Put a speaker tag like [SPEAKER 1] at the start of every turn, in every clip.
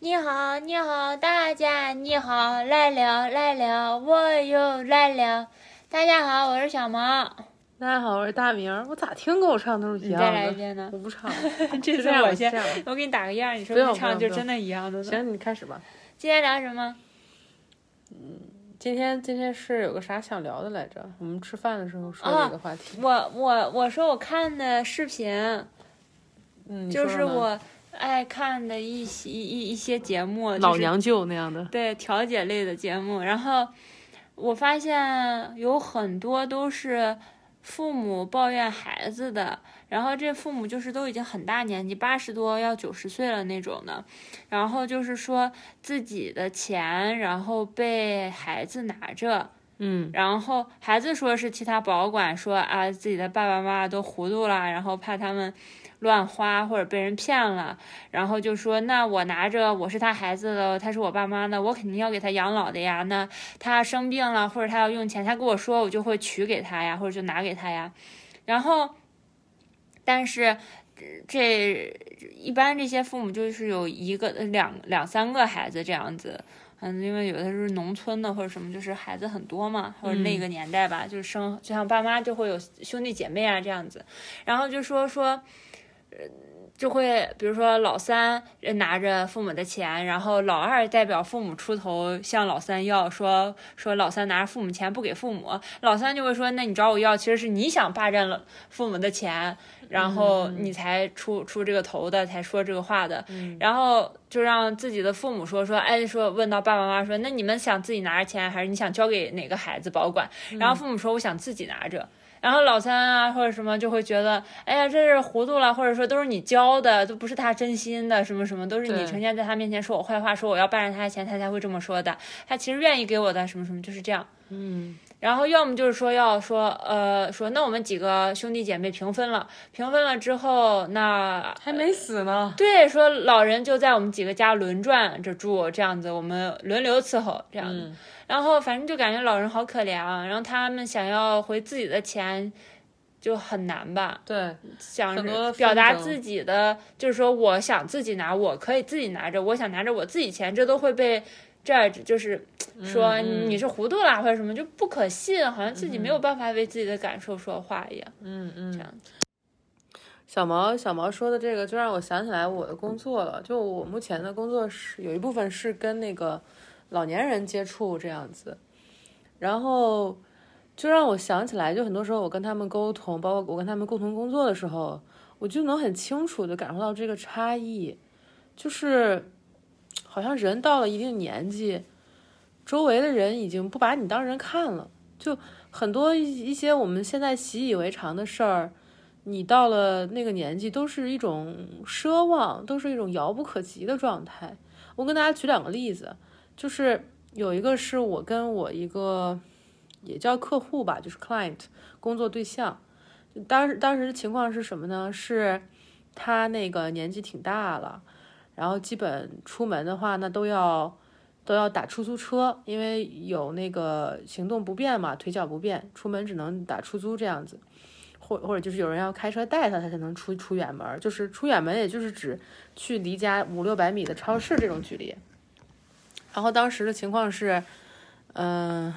[SPEAKER 1] 你好，你好，大家你好，来了来了，我又来了。大家好，我是小毛。
[SPEAKER 2] 大家好，我是大明儿。我咋听跟我唱都是一
[SPEAKER 1] 你
[SPEAKER 2] 样
[SPEAKER 1] 再来一
[SPEAKER 2] 的？
[SPEAKER 1] 遍 呢？
[SPEAKER 2] 我不唱，
[SPEAKER 1] 这
[SPEAKER 2] 就
[SPEAKER 1] 次
[SPEAKER 2] 让
[SPEAKER 1] 我
[SPEAKER 2] 我
[SPEAKER 1] 先
[SPEAKER 2] 笑，
[SPEAKER 1] 我给你打个样儿，你说
[SPEAKER 2] 不用
[SPEAKER 1] 你
[SPEAKER 2] 不
[SPEAKER 1] 唱
[SPEAKER 2] 用
[SPEAKER 1] 就
[SPEAKER 2] 不
[SPEAKER 1] 真的一样的。，
[SPEAKER 2] 行，你开始吧。
[SPEAKER 1] 今天聊什么？
[SPEAKER 2] 今天今天是有个啥想聊的来着？我们吃饭的时候说
[SPEAKER 1] 啊
[SPEAKER 2] 这个话题。
[SPEAKER 1] 我我我说我看的视频，
[SPEAKER 2] 嗯，你说
[SPEAKER 1] 就
[SPEAKER 2] 说
[SPEAKER 1] 是
[SPEAKER 2] 呢
[SPEAKER 1] 我爱看的一些一一一些节目，就是
[SPEAKER 2] 老娘舅那样的。
[SPEAKER 1] 对调解类的节目，然后我发现有很多都是父母抱怨孩子的，然后这父母就是都已经很大年纪，八十多要九十岁了那种的，然后就是说自己的钱，然后被孩子拿着，
[SPEAKER 2] 嗯，
[SPEAKER 1] 然后孩子说是替他保管，说啊自己的爸爸妈妈都糊涂了，然后怕他们乱花或者被人骗了，然后就说那我拿着我是他孩子的，他是我爸妈的，我肯定要给他养老的呀。那他生病了或者他要用钱，他跟我说我就会取给他呀，或者就拿给他呀。然后，但是这一般这些父母就是有一个两两三个孩子这样子，嗯，因为有的是农村的或者什么，就是孩子很多嘛，或者那个年代吧，就是生就像爸妈就会有兄弟姐妹啊这样子，然后就说说，呃，就会比如说老三呃拿着父母的钱，然后老二代表父母出头向老三要，说说老三拿着父母钱不给父母，老三就会说那你找我要，其实是你想霸占了父母的钱，然后你才出出这个头的，才说这个话的，然后就让自己的父母说说，哎，说问到爸爸妈妈说，那你们想自己拿着钱，还是你想交给哪个孩子保管？然后父母说，我想自己拿着。然后老三啊或者什么就会觉得，哎呀，这是糊涂了，或者说都是你教的，都不是他真心的，什么什么都是你
[SPEAKER 2] 对
[SPEAKER 1] 成天在他面前说我坏话，说我要霸占他的钱，他才会这么说的。他其实愿意给我的，什么什么就是这样。
[SPEAKER 2] 嗯，
[SPEAKER 1] 然后要么就是说要说，呃，说那我们几个兄弟姐妹平分了，平分了之后，那
[SPEAKER 2] 还没死呢。
[SPEAKER 1] 对，说老人就在我们几个家轮转着住，这样子我们轮流伺候，这样子。
[SPEAKER 2] 嗯
[SPEAKER 1] 然后反正就感觉老人好可怜啊，然后他们想要回自己的钱。就很难吧，
[SPEAKER 2] 对，
[SPEAKER 1] 想
[SPEAKER 2] 很多
[SPEAKER 1] 着
[SPEAKER 2] 纷
[SPEAKER 1] 表达
[SPEAKER 2] 争
[SPEAKER 1] 自己的，就是说，我想自己拿，我可以自己拿着，我想拿着我自己钱，这都会被 judge，就是说
[SPEAKER 2] 嗯
[SPEAKER 1] 你是糊涂啦或者什么，就不可信，好像自己没有办法为自己的感受说话一样。
[SPEAKER 2] 嗯
[SPEAKER 1] 这
[SPEAKER 2] 嗯
[SPEAKER 1] 样。
[SPEAKER 2] 小毛小毛说的这个，就让我想起来我的工作了。就我目前的工作是有一部分是跟那个老年人接触这样子，然后就让我想起来，就很多时候我跟他们沟通，包括我跟他们共同工作的时候，我就能很清楚的感受到这个差异，就是好像人到了一定年纪，周围的人已经不把你当人看了，就很多一一些我们现在习以为常的事儿。你到了那个年纪，都是一种奢望，都是一种遥不可及的状态。我跟大家举两个例子，就是有一个是我跟我一个也叫客户吧，就是 client 工作对象。当时当时的情况是什么呢？是他那个年纪挺大了，然后基本出门的话，那都要都要打出租车，因为有那个行动不便嘛，腿脚不便，出门只能打出租这样子。或或者就是有人要开车带他，他才能出出远门儿。就是出远门，也就是指去离家五六百米的超市这种距离。然后当时的情况是，嗯、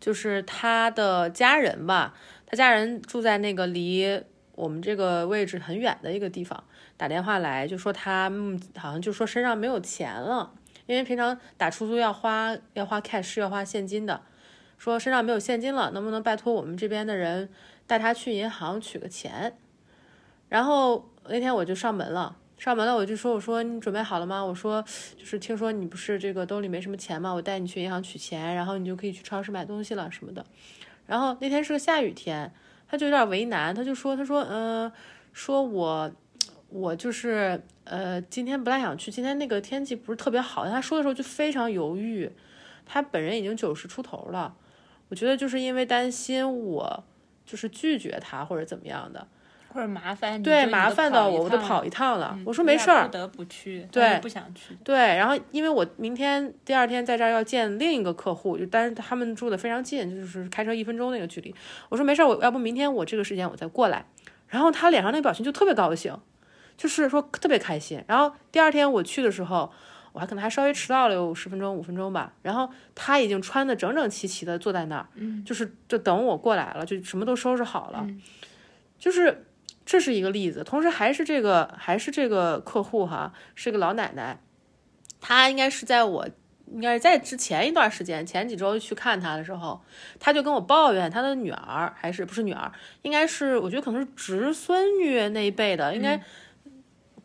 [SPEAKER 2] 就是他的家人吧，他家人住在那个离我们这个位置很远的一个地方，打电话来就说他嗯好像就说身上没有钱了，因为平常打出租要花要花 cash 要花现金的，说身上没有现金了，能不能拜托我们这边的人带他去银行取个钱？然后那天我就上门了。上门了，我就说，我说你准备好了吗？我说，就是听说你不是这个兜里没什么钱嘛，我带你去银行取钱，然后你就可以去超市买东西了什么的。然后那天是个下雨天，他就有点为难，他就说，他说，嗯、说我我就是呃，今天不太想去，今天那个天气不是特别好。他说的时候就非常犹豫，他本人已经九十出头了，我觉得就是因为担心我就是拒绝他或者怎么样的，
[SPEAKER 1] 或者麻烦你，
[SPEAKER 2] 对，
[SPEAKER 1] 就你
[SPEAKER 2] 麻
[SPEAKER 1] 都
[SPEAKER 2] 烦
[SPEAKER 1] 跑
[SPEAKER 2] 到
[SPEAKER 1] 一
[SPEAKER 2] 我，我都
[SPEAKER 1] 趟
[SPEAKER 2] 跑一趟了。
[SPEAKER 1] 嗯
[SPEAKER 2] 我说
[SPEAKER 1] 有
[SPEAKER 2] 没
[SPEAKER 1] 点
[SPEAKER 2] 事儿，
[SPEAKER 1] 不得不去，
[SPEAKER 2] 对
[SPEAKER 1] 但是不想去。
[SPEAKER 2] 对，然后因为我明天第二天在这儿要见另一个客户，就但是他们住的非常近，就是开车一分钟那个距离。我说没事儿，我要不明天我这个时间我再过来。然后他脸上那个表情就特别高兴，就是说特别开心。然后第二天我去的时候，我还可能还稍微迟到了有十分钟、五分钟吧。然后他已经穿的整整齐齐的坐在那儿，就是就等我过来了，就什么都收拾好了。就是这是一个例子，同时还是这个还是这个客户哈，是个老奶奶，她应该是在我。应该是在之前一段时间，前几周去看她的时候，她就跟我抱怨她的女儿，还是不是女儿，应该是我觉得可能是侄孙女那一辈的，应该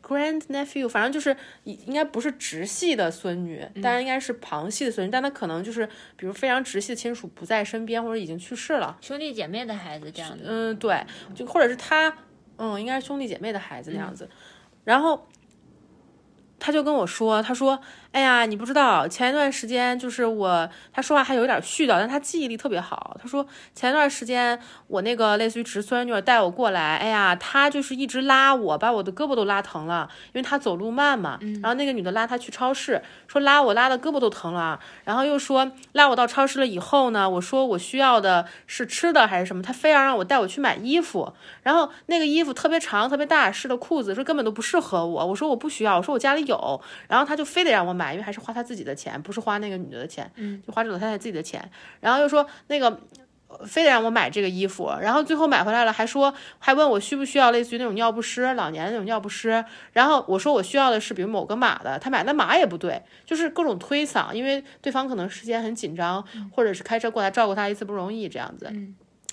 [SPEAKER 2] grand nephew，反正就是应应该不是直系的孙女，但是应该是旁系的孙女，但她可能就是比如非常直系的亲属不在身边或者已经去世了。
[SPEAKER 1] 兄弟姐妹的孩子这样的，
[SPEAKER 2] 嗯，对，就或者是他，嗯，应该是兄弟姐妹的孩子那
[SPEAKER 1] 嗯
[SPEAKER 2] 样子。然后他就跟我说，他说：“哎呀，你不知道，前一段时间就是我，他说话还有一点絮叨，但他记忆力特别好。他说前一段时间我那个类似于侄孙女儿带我过来，哎呀，她就是一直拉我，把我的胳膊都拉疼了，因为她走路慢嘛。然后那个女的拉她去超市，说拉我拉的胳膊都疼了，然后又说拉我到超市了以后呢，我说我需要的是吃的还是什么，她非要让我带我去买衣服，然后那个衣服特别长特别大，试的裤子说根本都不适合我，我说我不需要，我说我家里有，然后她就非得让我买，因为还是花她自己的钱，不是花那个女的的钱，就花这老太太自己的钱，然后又说那个非得让我买这个衣服，然后最后买回来了，还说还问我需不需要类似于那种尿不湿，老年那种尿不湿。然后我说我需要的是比如某个码的，他买的码也不对，就是各种推搡，因为对方可能时间很紧张，或者是开车过来照顾他一次不容易这样子。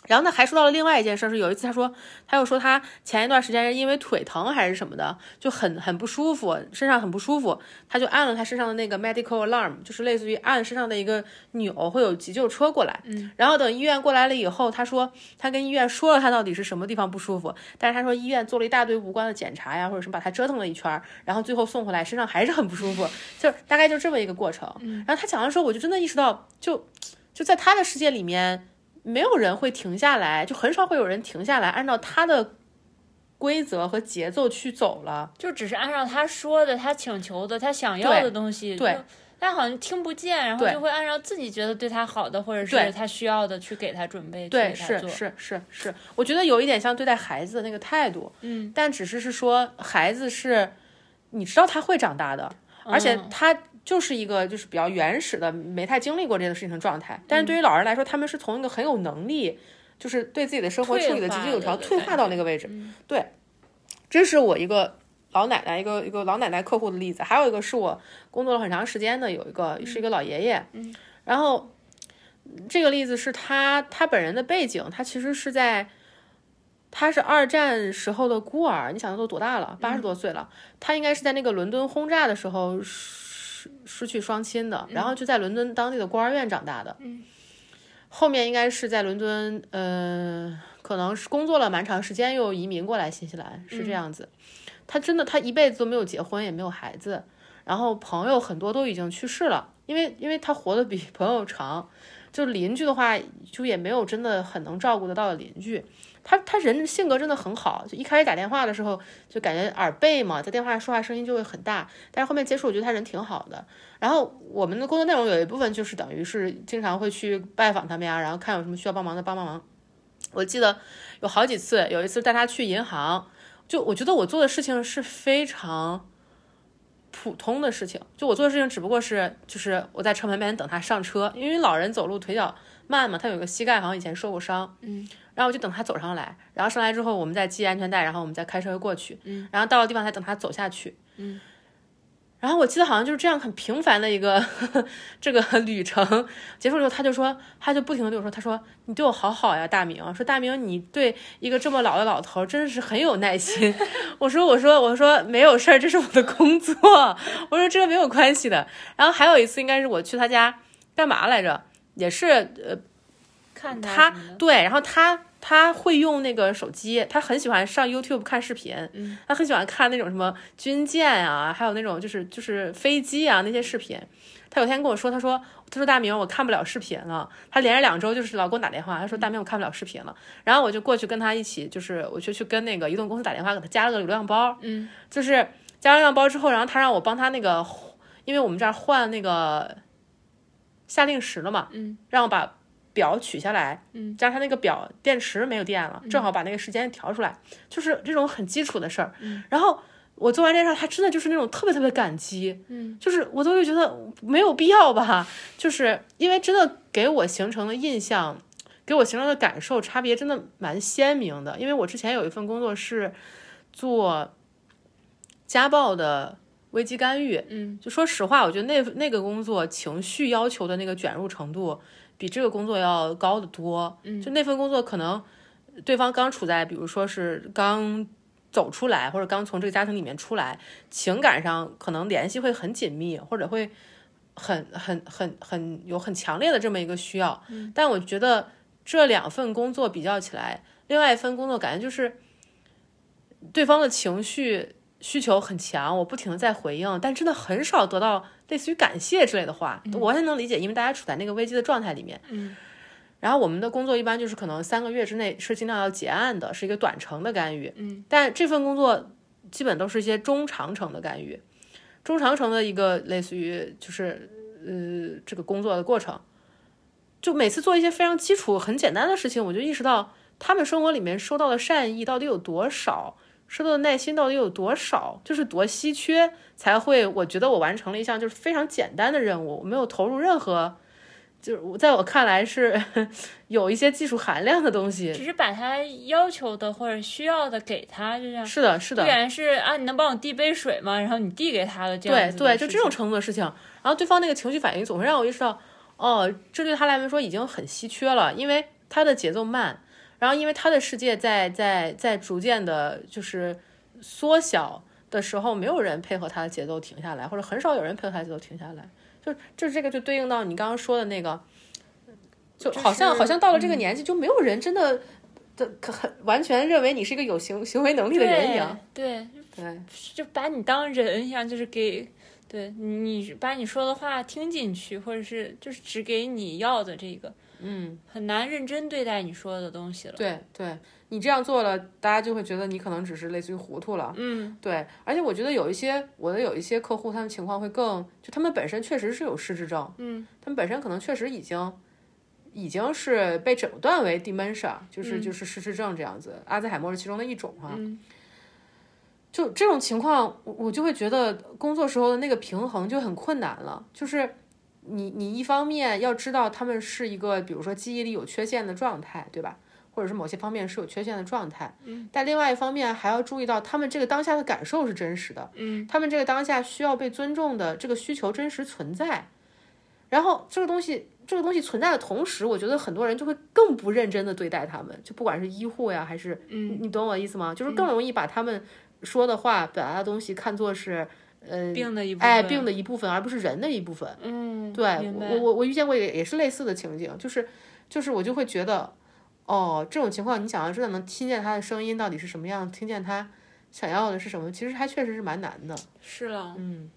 [SPEAKER 2] 然后呢，还说到了另外一件事，是有一次他说，他又说他前一段时间是因为腿疼还是什么的，就很很不舒服，身上很不舒服，他就按了他身上的那个 medical alarm，就是类似于按身上的一个钮，会有急救车过来。嗯，然后等医院过来了以后，他说他跟医院说了他到底是什么地方不舒服，但是他说医院做了一大堆无关的检查呀，或者什么把他折腾了一圈儿，然后最后送回来身上还是很不舒服， 就大概就这么一个过程。然后他讲的时候，我就真的意识到，就就在他的世界里面。没有人会停下来，就很少会有人停下来，按照他的规则和节奏去走了。
[SPEAKER 1] 就只是啊按照他说的、他请求的、他想要的东西，
[SPEAKER 2] 对
[SPEAKER 1] 就，他好像听不见，然后就会按照自己觉得对他好的或者
[SPEAKER 2] 对
[SPEAKER 1] 是他需要的去给他准备，去
[SPEAKER 2] 对，
[SPEAKER 1] 给他
[SPEAKER 2] 是
[SPEAKER 1] 做。
[SPEAKER 2] 是是是，我觉得有一点像对待孩子的那个态度，嗯，但只是是说孩子是，你知道他会长大的，
[SPEAKER 1] 嗯
[SPEAKER 2] 而且他就是一个就是比较原始的，没太经历过这件事情的状态。但是
[SPEAKER 1] 嗯
[SPEAKER 2] 对于老人来说，他们是从一个很有能力，就是对自己的生活
[SPEAKER 1] 退
[SPEAKER 2] 处理的井
[SPEAKER 1] 化
[SPEAKER 2] 井有条，
[SPEAKER 1] 的
[SPEAKER 2] 退
[SPEAKER 1] 感嗯
[SPEAKER 2] 化到那个位置。对，这是我一个。老奶奶一个一个老奶奶客户的例子，还有一个是我工作了很长时间的，有一个是一个老爷爷，嗯，然后这个例子是他他本人的背景，他其实是在他是二战时候的孤儿，你想他都多大了，八
[SPEAKER 1] 嗯
[SPEAKER 2] 十多岁了，他应该是在那个伦敦轰炸的时候失失去双亲的，然后就在伦敦当地的孤儿院长大的，嗯后面应该是在伦敦，呃，可能是工作了蛮长时间，又移民过来新西兰，是这样子。他真的，他一辈子都没有结婚，也没有孩子，然后朋友很多都已经去世了，因为因为他活得比 朋友长，就邻居的话，就也没有真的很能照顾得到的邻居。他他人性格真的很好，就一开始打电话的时候，就感觉耳背嘛，在电话说话声音就会很大，但是后面接触，我觉得他人挺好的。然后我们的工作内容有一部分就是等于是经常会去拜访他们呀，然后看有什么需要帮忙的帮帮忙。我记得有好几次，有一次带他去银行，就我觉得我做的事情是非常普通的事情，就我做的事情只不过是就是我在车门边等他上车，因为老人走路腿脚慢嘛，他有一个膝盖好像以前受过伤，嗯，然后我就等他走上来，然后上来之后我们再系安全带，然后我们再开车过去，嗯，然后到了地方再等他走下去，然后我记得好像就是这样很平凡的一个这个 旅程结束之后，他就说，他就不停的对我说，他说你对我好好呀，大明，说大明你对一个这么老的老头儿真是很有耐心。我说我说我说没有事儿，这是我的工作，我说这个没有关系的。然后还有一次应该是我去他家干嘛来着，也是呃
[SPEAKER 1] 看啊
[SPEAKER 2] 他
[SPEAKER 1] 什么的
[SPEAKER 2] 对，然后他他会用那个手机，他很喜欢上 YouTube 看视频，
[SPEAKER 1] 嗯
[SPEAKER 2] 他很喜欢看那种什么军舰啊，还有那种就是就是飞机啊那些视频。他有天跟我说，他说他说大明我看不了视频了，他连着两周就是老给我打电话，他
[SPEAKER 1] 嗯
[SPEAKER 2] 说大明我看不了视频了，然后我就过去跟他一起，就是我就去跟那个移动公司打电话，给他加了个流量包，嗯，就是加了流量包之后，然后他让我帮他那个，因为我们这儿换那个夏令时了嘛，嗯，让我把表取下来，嗯，加上他那个表
[SPEAKER 1] 嗯嗯
[SPEAKER 2] 电池没有电了，正好把那个时间调出来，就是这种很基础的事儿，然后。我做完这事儿，他真的就是那种特别特别感激，
[SPEAKER 1] 嗯，
[SPEAKER 2] 就是我都会觉得嗯没有必要吧， 就是因为真的给我形成的印象，给我形成的感受差别真的蛮鲜明的。因为我之前有一份工作是做家暴的危机干预，
[SPEAKER 1] 嗯，
[SPEAKER 2] 就说实话，我觉得那那个工作情绪要求的那个卷入程度比这个工作要高得多，嗯，就那份工作可能对方刚处在，比如说是刚。走出来，或者刚从这个家庭里面出来，情感上可能联系会很紧密，或者会很很很很有很强烈的这么一个需要。但我觉得这两份工作比较起来，另外一份工作感觉就是对方的情绪需求很强，我不停的在回应，但真的很少得到类似于感谢之类的话。我完全能理解，因为大家处在那个危机的状态里面。
[SPEAKER 1] 嗯。
[SPEAKER 2] 然后我们的工作一般就是可能三个月之内是尽量要结案的，是一个短程的干预。
[SPEAKER 1] 嗯，
[SPEAKER 2] 但这份工作基本都是一些中长程的干预，中长程的一个类似于就是呃这个工作的过程，就每次做一些非常基础、很简单的事情，我就意识到他们生活里面收到的善意到底有多少，收到的耐心到底有多少，就是多稀缺才会，我觉得我完成了一项就是非常简单的任务，我没有投入任何。就是我在我看来是 有一些技术含量的东西，
[SPEAKER 1] 只是把他要求的或者需要的给他，就这样。
[SPEAKER 2] 是的，是的
[SPEAKER 1] 不，然是啊，你能帮我递杯水吗？然后你递给他了，这样
[SPEAKER 2] 对
[SPEAKER 1] 子
[SPEAKER 2] 对，
[SPEAKER 1] 的
[SPEAKER 2] 就
[SPEAKER 1] 事
[SPEAKER 2] 这种程度的事情。然后对方那个情绪反应总会让我意识到，哦，这对他来说已经很稀缺了，因为他的节奏慢，然后因为他的世界在在在逐渐的，就是缩小的时候，没有人配合他的节奏停下来，或者很少有人配合他的节奏停下来。就就这个就对应到你刚刚说的那个，就
[SPEAKER 1] 就
[SPEAKER 2] 好像好
[SPEAKER 1] 是
[SPEAKER 2] 像到了这个年纪，就没有人真的的可很完全认为你是一个有行行为能力的人一样。
[SPEAKER 1] 对，
[SPEAKER 2] 对，
[SPEAKER 1] 就把你当人一样，就是给对你把你说的话听进去，或者是就是只给你要的这个，
[SPEAKER 2] 嗯。
[SPEAKER 1] 很难认真对待你说的东西了。
[SPEAKER 2] 对对，你这样做了，大家就会觉得你可能只是类似于糊涂了。
[SPEAKER 1] 嗯
[SPEAKER 2] 对，而且我觉得有一些我的有一些客户，他们情况会更，就他们本身确实是有失智症，
[SPEAKER 1] 嗯
[SPEAKER 2] 他们本身可能确实已经已经是被诊断为 dementia，就是
[SPEAKER 1] 嗯
[SPEAKER 2] 就是失智症这样子，阿兹海默是其中的一种哈、
[SPEAKER 1] 嗯
[SPEAKER 2] 就这种情况，我我就会觉得工作时候的那个平衡就很困难了。就是你你一方面要知道他们是一个，比如说记忆力有缺陷的状态，对吧？或者是某些方面是有缺陷的状态，嗯，但另外一方面还要注意到他们这个当下的感受是真实的，
[SPEAKER 1] 嗯，
[SPEAKER 2] 他们这个当下需要被尊重的这个需求真实存在。然后这个东西，这个东西存在的同时，我觉得很多人就会更不认真的对待他们，就不管是医护呀，还是
[SPEAKER 1] 嗯，
[SPEAKER 2] 你懂我意思吗？就是更容易把他们说的话、表达的东西看作是呃，
[SPEAKER 1] 病的一部分，
[SPEAKER 2] 哎，病的一部分，而不是人的一部分。
[SPEAKER 1] 嗯，
[SPEAKER 2] 对
[SPEAKER 1] 明白
[SPEAKER 2] 我，我我遇见过也也是类似的情景，就是就是我就会觉得，哦，这种情况你想要真的能听见他的声音到底是什么样，听见他想要的是什么，其实还确实是蛮难的。
[SPEAKER 1] 是了。
[SPEAKER 2] 嗯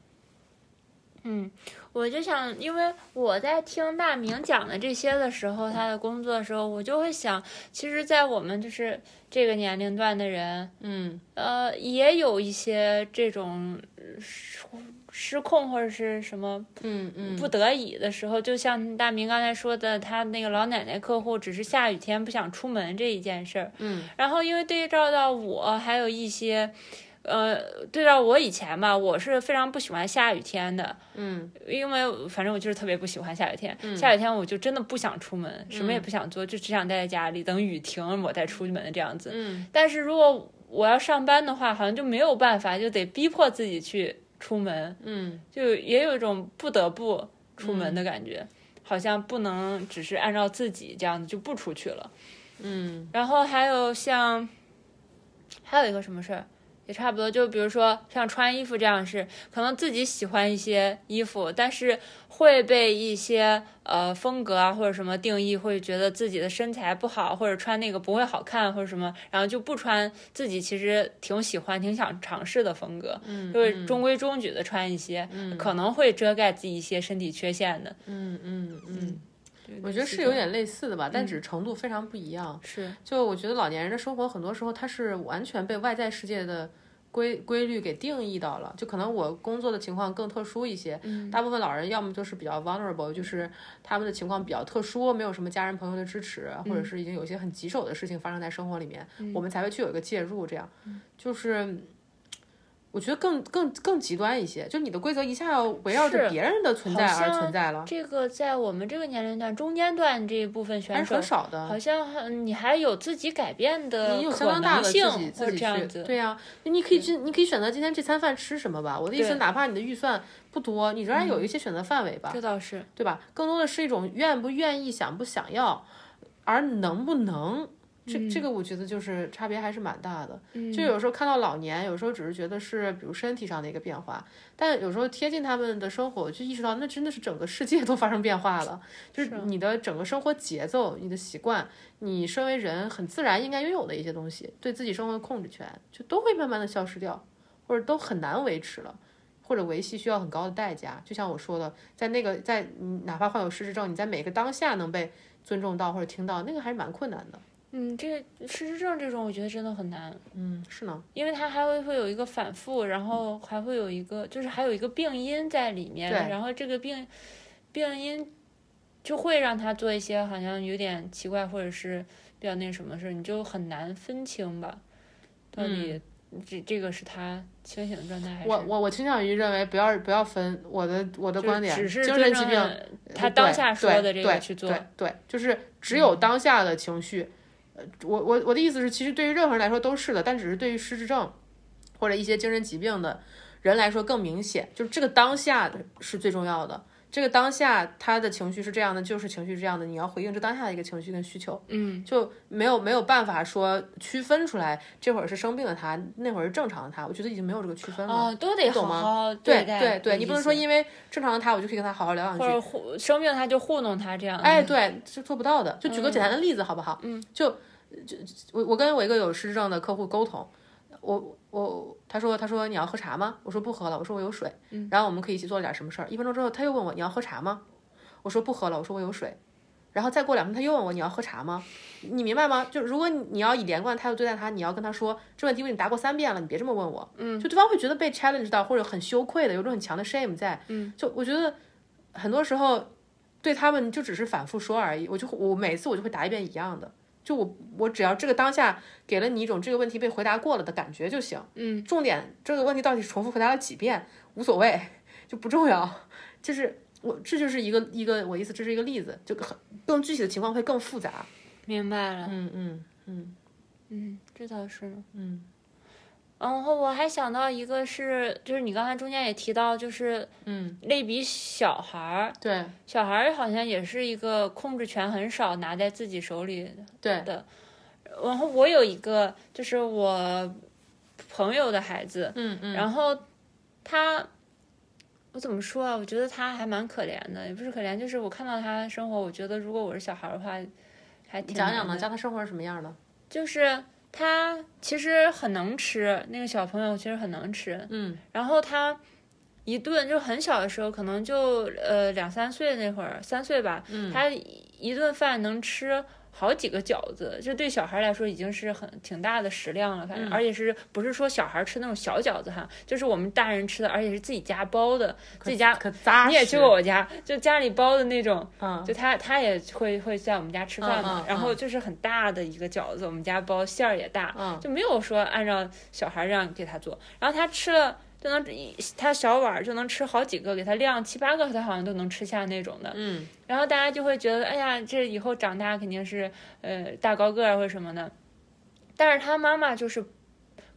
[SPEAKER 1] 嗯，我就想，因为我在听大明讲的这些的时候，他的工作的时候，我就会想，其实，在我们就是这个年龄段的人，
[SPEAKER 2] 嗯
[SPEAKER 1] 呃，也有一些这种呃失失控或者是什么
[SPEAKER 2] 嗯嗯，
[SPEAKER 1] 不得已的时候，就像大明刚才说的，他那个老奶奶客户只是下雨天不想出门这一件事儿。
[SPEAKER 2] 嗯，
[SPEAKER 1] 然后因为对照到我，还有一些。呃，对照我以前吧，我是非常不喜欢下雨天的，
[SPEAKER 2] 嗯
[SPEAKER 1] 因为反正我就是特别不喜欢下雨天，下雨天我就真的不想出门，什么也不想做，就只想待在家里，等雨停我再出门这样子。
[SPEAKER 2] 嗯
[SPEAKER 1] 但是如果我要上班的话，好像就没有办法，就得逼迫自己去出门，
[SPEAKER 2] 嗯
[SPEAKER 1] 就也有一种不得不出门的感觉，好像不能只是按照自己这样子就不出去了。
[SPEAKER 2] 嗯
[SPEAKER 1] 然后还有像，还有一个什么事儿，也差不多，就比如说像穿衣服这样是，可能自己喜欢一些衣服，但是会被一些呃风格啊或者什么定义，会觉得自己的身材不好，或者穿那个不会好看或者什么，然后就不穿自己其实挺喜欢、挺想尝试的风格，
[SPEAKER 2] 嗯，
[SPEAKER 1] 就是中规中矩的穿一些，可能会遮盖自己一些身体缺陷的。
[SPEAKER 2] 嗯嗯嗯，
[SPEAKER 1] 对
[SPEAKER 2] 我觉得是有点类似的吧，但只是程度非常不一样。
[SPEAKER 1] 是，
[SPEAKER 2] 就我觉得老年人的生活很多时候他是完全被外在世界的规规律给定义到了，就可能我工作的情况更特殊一些，
[SPEAKER 1] 嗯
[SPEAKER 2] 大部分老人要么就是比较 vulnerable，就是他们的情况比较特殊，没有什么家人朋友的支持，或
[SPEAKER 1] 嗯
[SPEAKER 2] 者是已经有一些很棘
[SPEAKER 1] 嗯
[SPEAKER 2] 手的事情发生在生活里面，我们才会去有一个介入，这样就是。我觉得更更更极端一些，就你的规则一下要围绕着
[SPEAKER 1] 是
[SPEAKER 2] 别人的存在
[SPEAKER 1] 好
[SPEAKER 2] 而
[SPEAKER 1] 像
[SPEAKER 2] 存在了，
[SPEAKER 1] 这个在我们这个年龄段中间段这一部分
[SPEAKER 2] 还
[SPEAKER 1] 选
[SPEAKER 2] 是
[SPEAKER 1] 手
[SPEAKER 2] 很，少的。
[SPEAKER 1] 好像嗯你还有自己改变的
[SPEAKER 2] 你有相
[SPEAKER 1] 可
[SPEAKER 2] 当大
[SPEAKER 1] 能
[SPEAKER 2] 的自
[SPEAKER 1] 性，
[SPEAKER 2] 己
[SPEAKER 1] 或
[SPEAKER 2] 自
[SPEAKER 1] 者
[SPEAKER 2] 己
[SPEAKER 1] 这样
[SPEAKER 2] 去，
[SPEAKER 1] 子。
[SPEAKER 2] 对呀、啊你可以去，你可以选择今天这餐饭吃什么吧。我的意思，
[SPEAKER 1] 对
[SPEAKER 2] 哪怕你的预算不多，你仍然有一些选择范围吧，
[SPEAKER 1] 这倒是，
[SPEAKER 2] 对吧？更多的是一种愿不愿意、想不想要，而能不能，这、这个我觉得就是差别还是蛮大的。
[SPEAKER 1] 嗯
[SPEAKER 2] 就有时候看到老年，有时候只是觉得是比如身体上的一个变化，但有时候贴近他们的生活，就意识到那真的是整个世界都发生变化了，就是你的整个生活节奏、你的习惯、你身为人很自然应该拥有的一些东西，对自己生活的控制权，就都会慢慢的消失掉，或者都很难维持了。或者维系需要很高的代价，就像我说的，在那个在你哪怕患有失智症，你在每个当下能被尊重到或者听到，那个还是蛮困难的。
[SPEAKER 1] 嗯，这个失智症这种，我觉得真的很难，
[SPEAKER 2] 嗯，是呢，
[SPEAKER 1] 因为它还会会有一个反复，然后还会有一个，就是还有一个病因在里面，
[SPEAKER 2] 对
[SPEAKER 1] 然后这个病病因就会让他做一些好像有点奇怪或者是比较那什么的事，你就很难分清吧，到底这、这个是他清醒的状态还是
[SPEAKER 2] 嗯我我我倾向于认为不要不要分我的我的
[SPEAKER 1] 就是
[SPEAKER 2] 观点，
[SPEAKER 1] 只是
[SPEAKER 2] 精
[SPEAKER 1] 真
[SPEAKER 2] 神疾
[SPEAKER 1] 正
[SPEAKER 2] 病
[SPEAKER 1] 的
[SPEAKER 2] 呃
[SPEAKER 1] 他
[SPEAKER 2] 对
[SPEAKER 1] 当下
[SPEAKER 2] 对
[SPEAKER 1] 说的这个
[SPEAKER 2] 对
[SPEAKER 1] 去做嗯
[SPEAKER 2] 对对，就是只有当下的情绪。呃，我我我的意思是，其实对于任何人来说都是的，但只是对于失智症或者一些精神疾病的人来说更明显，就是这个当下的是最重要的。这个当下他的情绪是这样的，就是情绪这样的，你要回应这当下的一个情绪跟需求。
[SPEAKER 1] 嗯
[SPEAKER 2] 就没有没有办法说区分出来，这会儿是生病的他，那会儿是正常的他。我觉得已经没有这个区分了。
[SPEAKER 1] 哦，都得好
[SPEAKER 2] 懂吗
[SPEAKER 1] 好
[SPEAKER 2] 对
[SPEAKER 1] 待
[SPEAKER 2] 对
[SPEAKER 1] 的
[SPEAKER 2] 对，你
[SPEAKER 1] 意
[SPEAKER 2] 不能
[SPEAKER 1] 思
[SPEAKER 2] 说因为正常的他，我就可以跟他好好聊两句
[SPEAKER 1] 或。者糊生病他就糊弄他这样，
[SPEAKER 2] 哎，对，是做不到的。就举个简单的例子，好不好？嗯，就就我我跟我一个有失智症的客户沟通，我我他说他说你要喝茶吗？我说不喝了，我说我有水。嗯，然后我们可以一起做了点什么事儿。一分钟之后他又问我你要喝茶吗？我说不喝了，我说我有水。然后再过两分钟，他又问我你要喝茶吗？你明白吗？就如果你你要以连贯的态度对待他，你要跟他说这问题我已经答过三遍了，你别这么问我。嗯，就对方会觉得被 challenge 到，或者很羞愧的，有种很强的 shame 在。嗯，就我觉得很多时候对他们就只是反复说而已。我就我每次我就会答一遍一样的，就我我只要这个当下给了你一种这个问题被回答过了的感觉就行。嗯，重点这个问题到底是重复回答了几遍无所谓， 就不重要。就是我这就是一个一个我意思，这是一个例子，就很更具体的情况会更复杂。
[SPEAKER 1] 明白了，
[SPEAKER 2] 嗯嗯嗯
[SPEAKER 1] 嗯，这倒是呢。
[SPEAKER 2] 嗯
[SPEAKER 1] 然后我还想到一个是，就是你刚才中间也提到，就是
[SPEAKER 2] 嗯，
[SPEAKER 1] 类比小孩儿，
[SPEAKER 2] 对
[SPEAKER 1] 小孩儿好像也是一个控制权很少拿在自己手里
[SPEAKER 2] 对，
[SPEAKER 1] 然后我有一个就是我朋友的孩子，
[SPEAKER 2] 嗯嗯
[SPEAKER 1] 然后他，我怎么说啊？我觉得他还蛮可怜的，也不是可怜，就是我看到他生活，我觉得如果我是小孩儿的话，还
[SPEAKER 2] 嗯你
[SPEAKER 1] 挺
[SPEAKER 2] 讲
[SPEAKER 1] 难
[SPEAKER 2] 讲呢，
[SPEAKER 1] 的
[SPEAKER 2] 家他生活是什么样的？
[SPEAKER 1] 就是他其实很能吃，那个小朋友其实很能吃，
[SPEAKER 2] 嗯
[SPEAKER 1] 然后他一顿就很小的时候，可能就呃两三岁那会儿，三岁吧，
[SPEAKER 2] 嗯
[SPEAKER 1] 他一顿饭能吃。好几个饺子，这对小孩来说已经是很挺大的食量了，反正、
[SPEAKER 2] 嗯
[SPEAKER 1] 而且是不是说小孩吃那种小饺子哈，就是我们大人吃的，而且是自己家包的，自己家
[SPEAKER 2] 可扎实，
[SPEAKER 1] 你也去过我家，就家里包的那种，
[SPEAKER 2] 嗯
[SPEAKER 1] 就他他也会会在我们家吃饭嘛，
[SPEAKER 2] 嗯嗯
[SPEAKER 1] 然后就是很大的一个饺子，我们家包馅儿也大，
[SPEAKER 2] 嗯
[SPEAKER 1] 就没有说按照小孩儿这样给他做，然后他吃了。就能一他小碗儿就能吃好几个，给他量七八个，他好像都能吃下那种的。
[SPEAKER 2] 嗯
[SPEAKER 1] 然后大家就会觉得，哎呀，这以后长大肯定是呃大高个儿或者什么的。但是他妈妈就是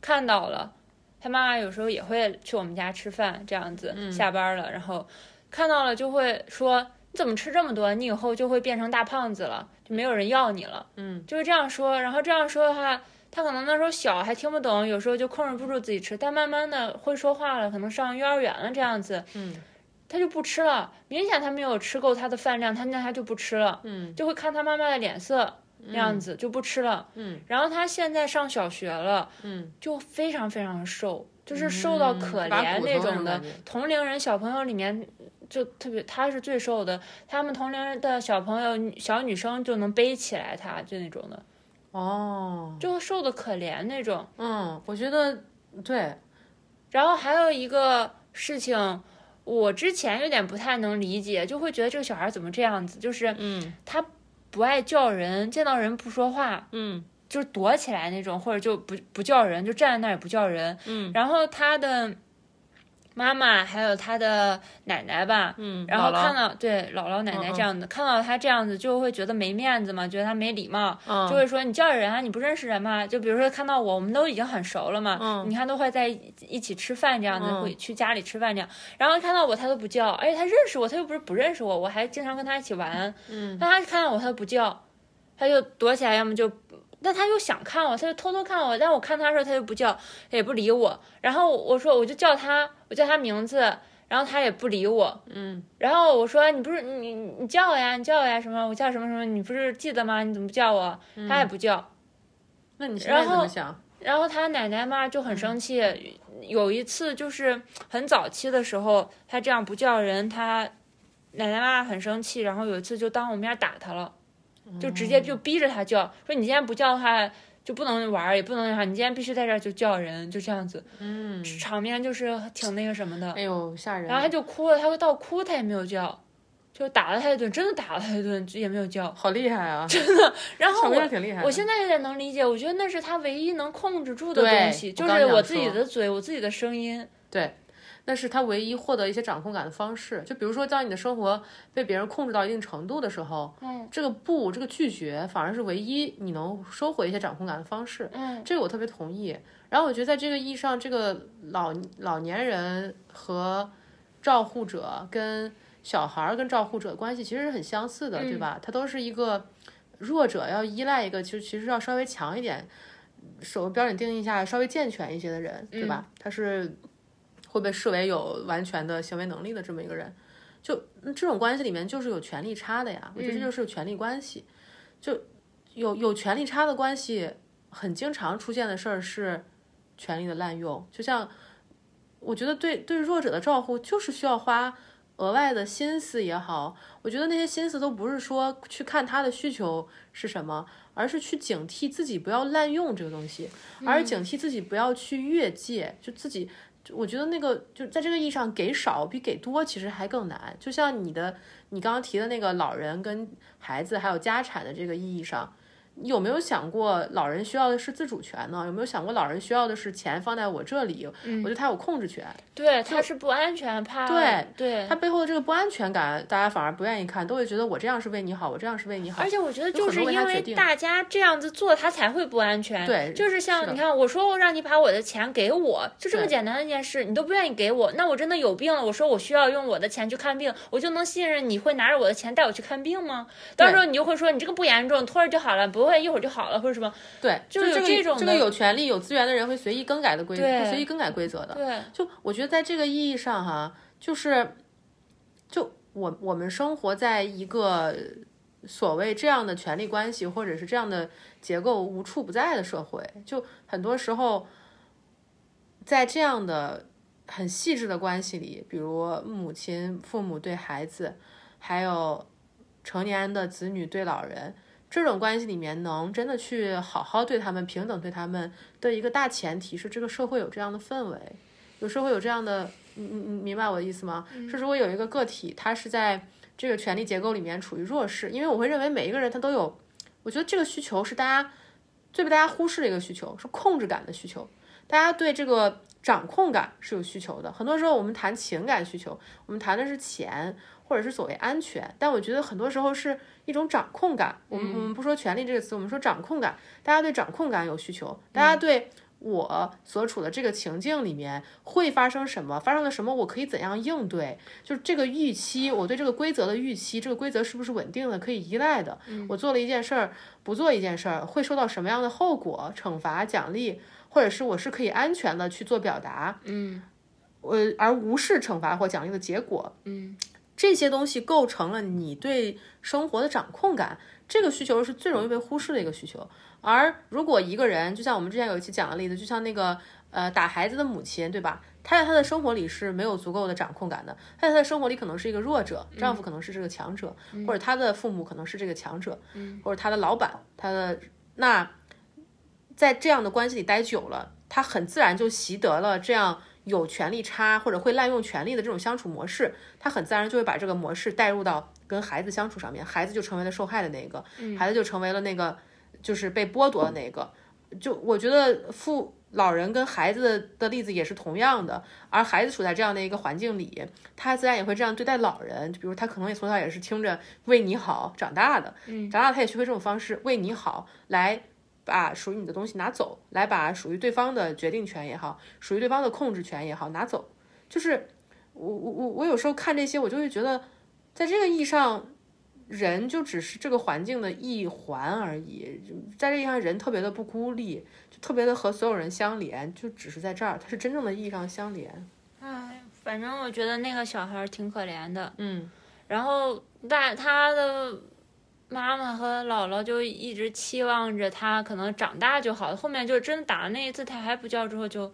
[SPEAKER 1] 看到了，他妈妈有时候也会去我们家吃饭，这样子、下班了，然后看到了就会说：“你怎么吃这么多？你以后就会变成大胖子了，就没有人要你了。”
[SPEAKER 2] 嗯，
[SPEAKER 1] 就是这样说。然后这样说的话，他可能那时候小还听不懂，有时候就控制不住自己吃。但慢慢的会说话了，可能上幼儿园了这样子，
[SPEAKER 2] 嗯
[SPEAKER 1] 他就不吃了。明显他没有吃够他的饭量，他那他就不吃了，
[SPEAKER 2] 嗯
[SPEAKER 1] 就会看他妈妈的脸色那样子、就不吃了。
[SPEAKER 2] 嗯，
[SPEAKER 1] 然后他现在上小学了，
[SPEAKER 2] 嗯，
[SPEAKER 1] 就非常非常瘦，就是瘦到
[SPEAKER 2] 嗯
[SPEAKER 1] 可
[SPEAKER 2] 把
[SPEAKER 1] 怜
[SPEAKER 2] 骨头
[SPEAKER 1] 那
[SPEAKER 2] 那
[SPEAKER 1] 种
[SPEAKER 2] 种
[SPEAKER 1] 的
[SPEAKER 2] 感觉。
[SPEAKER 1] 同龄人小朋友里面。就特别，他是最瘦的，他们同龄人的小朋友、女小女生就能背起来他，就那种的，
[SPEAKER 2] 哦，
[SPEAKER 1] 就瘦的可怜那种。
[SPEAKER 2] 嗯，我觉得对，
[SPEAKER 1] 然后还有一个事情，我之前有点不太能理解，就会觉得这个小孩怎么这样子，就是
[SPEAKER 2] 嗯
[SPEAKER 1] 他不爱叫人，见到人不说话，
[SPEAKER 2] 嗯
[SPEAKER 1] 就是躲起来那种，或者就不不叫人，就站在那儿也不叫人。嗯，然后他的妈妈还有他的奶奶吧，
[SPEAKER 2] 嗯，
[SPEAKER 1] 然后
[SPEAKER 2] 姥姥嗯
[SPEAKER 1] 看到对姥姥奶奶这样子，看到他这样子就会觉得没面子嘛，觉得他没礼貌，
[SPEAKER 2] 嗯
[SPEAKER 1] 就会说你叫人啊，你不认识人吗？就比如说看到我，我们都已经很熟了嘛，
[SPEAKER 2] 嗯
[SPEAKER 1] 你看都会在一一起吃饭这样子，
[SPEAKER 2] 嗯
[SPEAKER 1] 会去家里吃饭这样，然后看到我他都不叫，而且他认识我，他又不是不认识我，我还经常跟他一起玩，
[SPEAKER 2] 嗯，
[SPEAKER 1] 但他看到我他不叫，他就躲起来，要么就。但他又想看我，他就偷偷看我，但我看他的时候他就不叫，他也不理我。然后我说我就叫他，我叫他名字，然后他也不理我。
[SPEAKER 2] 嗯，
[SPEAKER 1] 然后我说你不是你你你叫我呀，你叫我呀什么？我叫什么什么？你不是记得吗？你怎么不叫我？他也不叫。
[SPEAKER 2] 那你现在怎
[SPEAKER 1] 然
[SPEAKER 2] 么
[SPEAKER 1] 后
[SPEAKER 2] 想？
[SPEAKER 1] 然后他奶奶嘛就很生气，有一次就是很早期的时候，他这样不叫人，他奶奶妈很生气，然后有一次就当我面打他了，就直接就逼着他叫，说你今天不叫的话就不能玩儿，也不能那啥，你今天必须在这儿就叫人，就这样子，
[SPEAKER 2] 嗯，
[SPEAKER 1] 场面就是挺那个什么的。
[SPEAKER 2] 哎呦，吓人！
[SPEAKER 1] 然后他就哭了，他到哭他也没有叫，就打了他一顿，真的打了他一顿也没有叫。
[SPEAKER 2] 好厉害啊！
[SPEAKER 1] 然后
[SPEAKER 2] 小
[SPEAKER 1] 我
[SPEAKER 2] 姑娘挺厉害的。
[SPEAKER 1] 我现在有点能理解，我觉得那是他唯一能控制住的
[SPEAKER 2] 对
[SPEAKER 1] 东西，
[SPEAKER 2] 我
[SPEAKER 1] 就
[SPEAKER 2] 刚
[SPEAKER 1] 是
[SPEAKER 2] 想
[SPEAKER 1] 我自己
[SPEAKER 2] 说
[SPEAKER 1] 的嘴，我自己的声音。
[SPEAKER 2] 那是他唯一获得一些掌控感的方式。就比如说，当你的生活被别人控制到一定程度的时候，
[SPEAKER 1] 嗯
[SPEAKER 2] 这个不，这个拒绝反而是唯一你能收回一些掌控感的方式。
[SPEAKER 1] 嗯
[SPEAKER 2] 这个我特别同意。然后我觉得在这个意义上，这个老老年人和照护者跟小孩儿跟照护者的关系其实是很相似
[SPEAKER 1] 嗯
[SPEAKER 2] 的，对吧？他都是一个弱者要依赖一个，其实其实要稍微强一点，守标准定义下稍微健全一些的人，对
[SPEAKER 1] 嗯
[SPEAKER 2] 吧？他是会被视为有完全的行为能力的这么一个人。就嗯这种关系里面，就是有权利差的呀。我觉得这就是有权利关系，就有有权利差的关系，很经常出现的事儿是权力的滥用。就像我觉得对对弱者的照顾，就是需要花额外的心思也好，我觉得那些心思都不是说去看他的需求是什么，而是去警惕自己不要滥用这个东西，而是警惕自己不要去越界，就自己。就我觉得那个就在这个意义上，给少比给多其实还更难。就像你的你刚刚提的那个老人跟孩子还有家产的这个意义上，你有没有想过老人需要的是自主权呢？有没有想过老人需要的是钱放在我这里，我觉得他有控制权。
[SPEAKER 1] 对，他是不安全，怕
[SPEAKER 2] 对
[SPEAKER 1] 对。
[SPEAKER 2] 他背后的这个不安全感，大家反而不愿意看，都会觉得我这样是为你好，我这样是为你好
[SPEAKER 1] 而。且我觉得
[SPEAKER 2] 有
[SPEAKER 1] 就
[SPEAKER 2] 很
[SPEAKER 1] 是
[SPEAKER 2] 多为他
[SPEAKER 1] 因
[SPEAKER 2] 决
[SPEAKER 1] 为
[SPEAKER 2] 定
[SPEAKER 1] 大家这样子做，他才会不安全。
[SPEAKER 2] 对
[SPEAKER 1] 就是
[SPEAKER 2] 是
[SPEAKER 1] 像
[SPEAKER 2] 的
[SPEAKER 1] 你看，我说我让你把我的钱给我，就这么
[SPEAKER 2] 对
[SPEAKER 1] 简单的一件事，你都不愿意给我，那我真的有病了，我说我需要用我的钱去看病，我就能信任你会拿着我的钱带我去看病吗？到时候你就会说你这个不严重，拖着就好了，不会一会儿就好了或者什么。
[SPEAKER 2] 对，
[SPEAKER 1] 就有
[SPEAKER 2] 就是这个
[SPEAKER 1] 这种
[SPEAKER 2] 这个
[SPEAKER 1] 的
[SPEAKER 2] 有权利、有资源的人会随意更改的规，
[SPEAKER 1] 对
[SPEAKER 2] 会随意更改规则的。
[SPEAKER 1] 对，
[SPEAKER 2] 就我觉得在这个意义上哈、就是就我我们生活在一个所谓这样的权利关系或者是这样的结构无处不在的社会，就很多时候在这样的很细致的关系里，比如母亲、父母对孩子，还有成年的子女对老人。这种关系里面，能真的去好好对他们、平等对他们的一个大前提是，这个社会有这样的氛围。有时候会有这样的，你你你明白我的意思吗？是如果有一个个体，他是在这个权力结构里面处于弱势，因为我会认为每一个人他都有，我觉得这个需求是大家最被大家忽视的一个需求，是控制感的需求。大家对这个掌控感是有需求的。很多时候我们谈情感需求，我们谈的是钱或者是所谓安全，但我觉得很多时候是一种掌控感。我们我们不说权利这个词，我们说掌控感。大家对掌控感有需求，大家对我所处的这个情境里面会发生什么，发生了什么，我可以怎样应对，就是这个预期，我对这个规则的预期，这个规则是不是稳定的，可以依赖的？我做了一件事儿，不做一件事儿，会受到什么样的后果、惩罚、奖励，或者是我是可以安全的去做表达，嗯，呃，而无视惩罚或奖励的结果，嗯。这些东西构成了你对生活的掌控感，这个需求是最容易被忽视的一个需求。而如果一个人，就像我们之前有一期讲的例子，就像那个呃打孩子的母亲，对吧？她在她的生活里是没有足够的掌控感的，她在她的生活里可能是一个弱者，丈夫可能是这个强者，或者她的父母可能是这个强者，或者她的老板，她的那在这样的关系里待久了，她很自然就习得了这样。有权利差或者会滥用权利的这种相处模式，她很自然就会把这个模式带入到跟孩子相处上面，孩子就成为了受害的那个，孩子就成为了那个就是被剥夺的那个。就我觉得父老人跟孩子的例子也是同样的，而孩子处在这样的一个环境里，他自然也会这样对待老人。就比如他可能也从小也是听着“为你好”长大的，嗯，长大他也学会这种方式“为你好”来把属于你的东西拿走，来把属于对方的决定权也好，属于对方的控制权也好拿走。就是我我我我有时候看这些，我就会觉得，在这个意义上，人就只是这个环境的一环而已。就在这个意义上，人特别的不孤立，就特别的和所有人相连，就只是在这儿，它是真正的意义上相连。
[SPEAKER 1] 哎，反正我觉得那个小孩儿挺可怜的。
[SPEAKER 2] 嗯
[SPEAKER 1] 然后大他的妈妈和姥姥就一直期望着他可能长大就好，后面就真的打了那一次他还不叫之后就。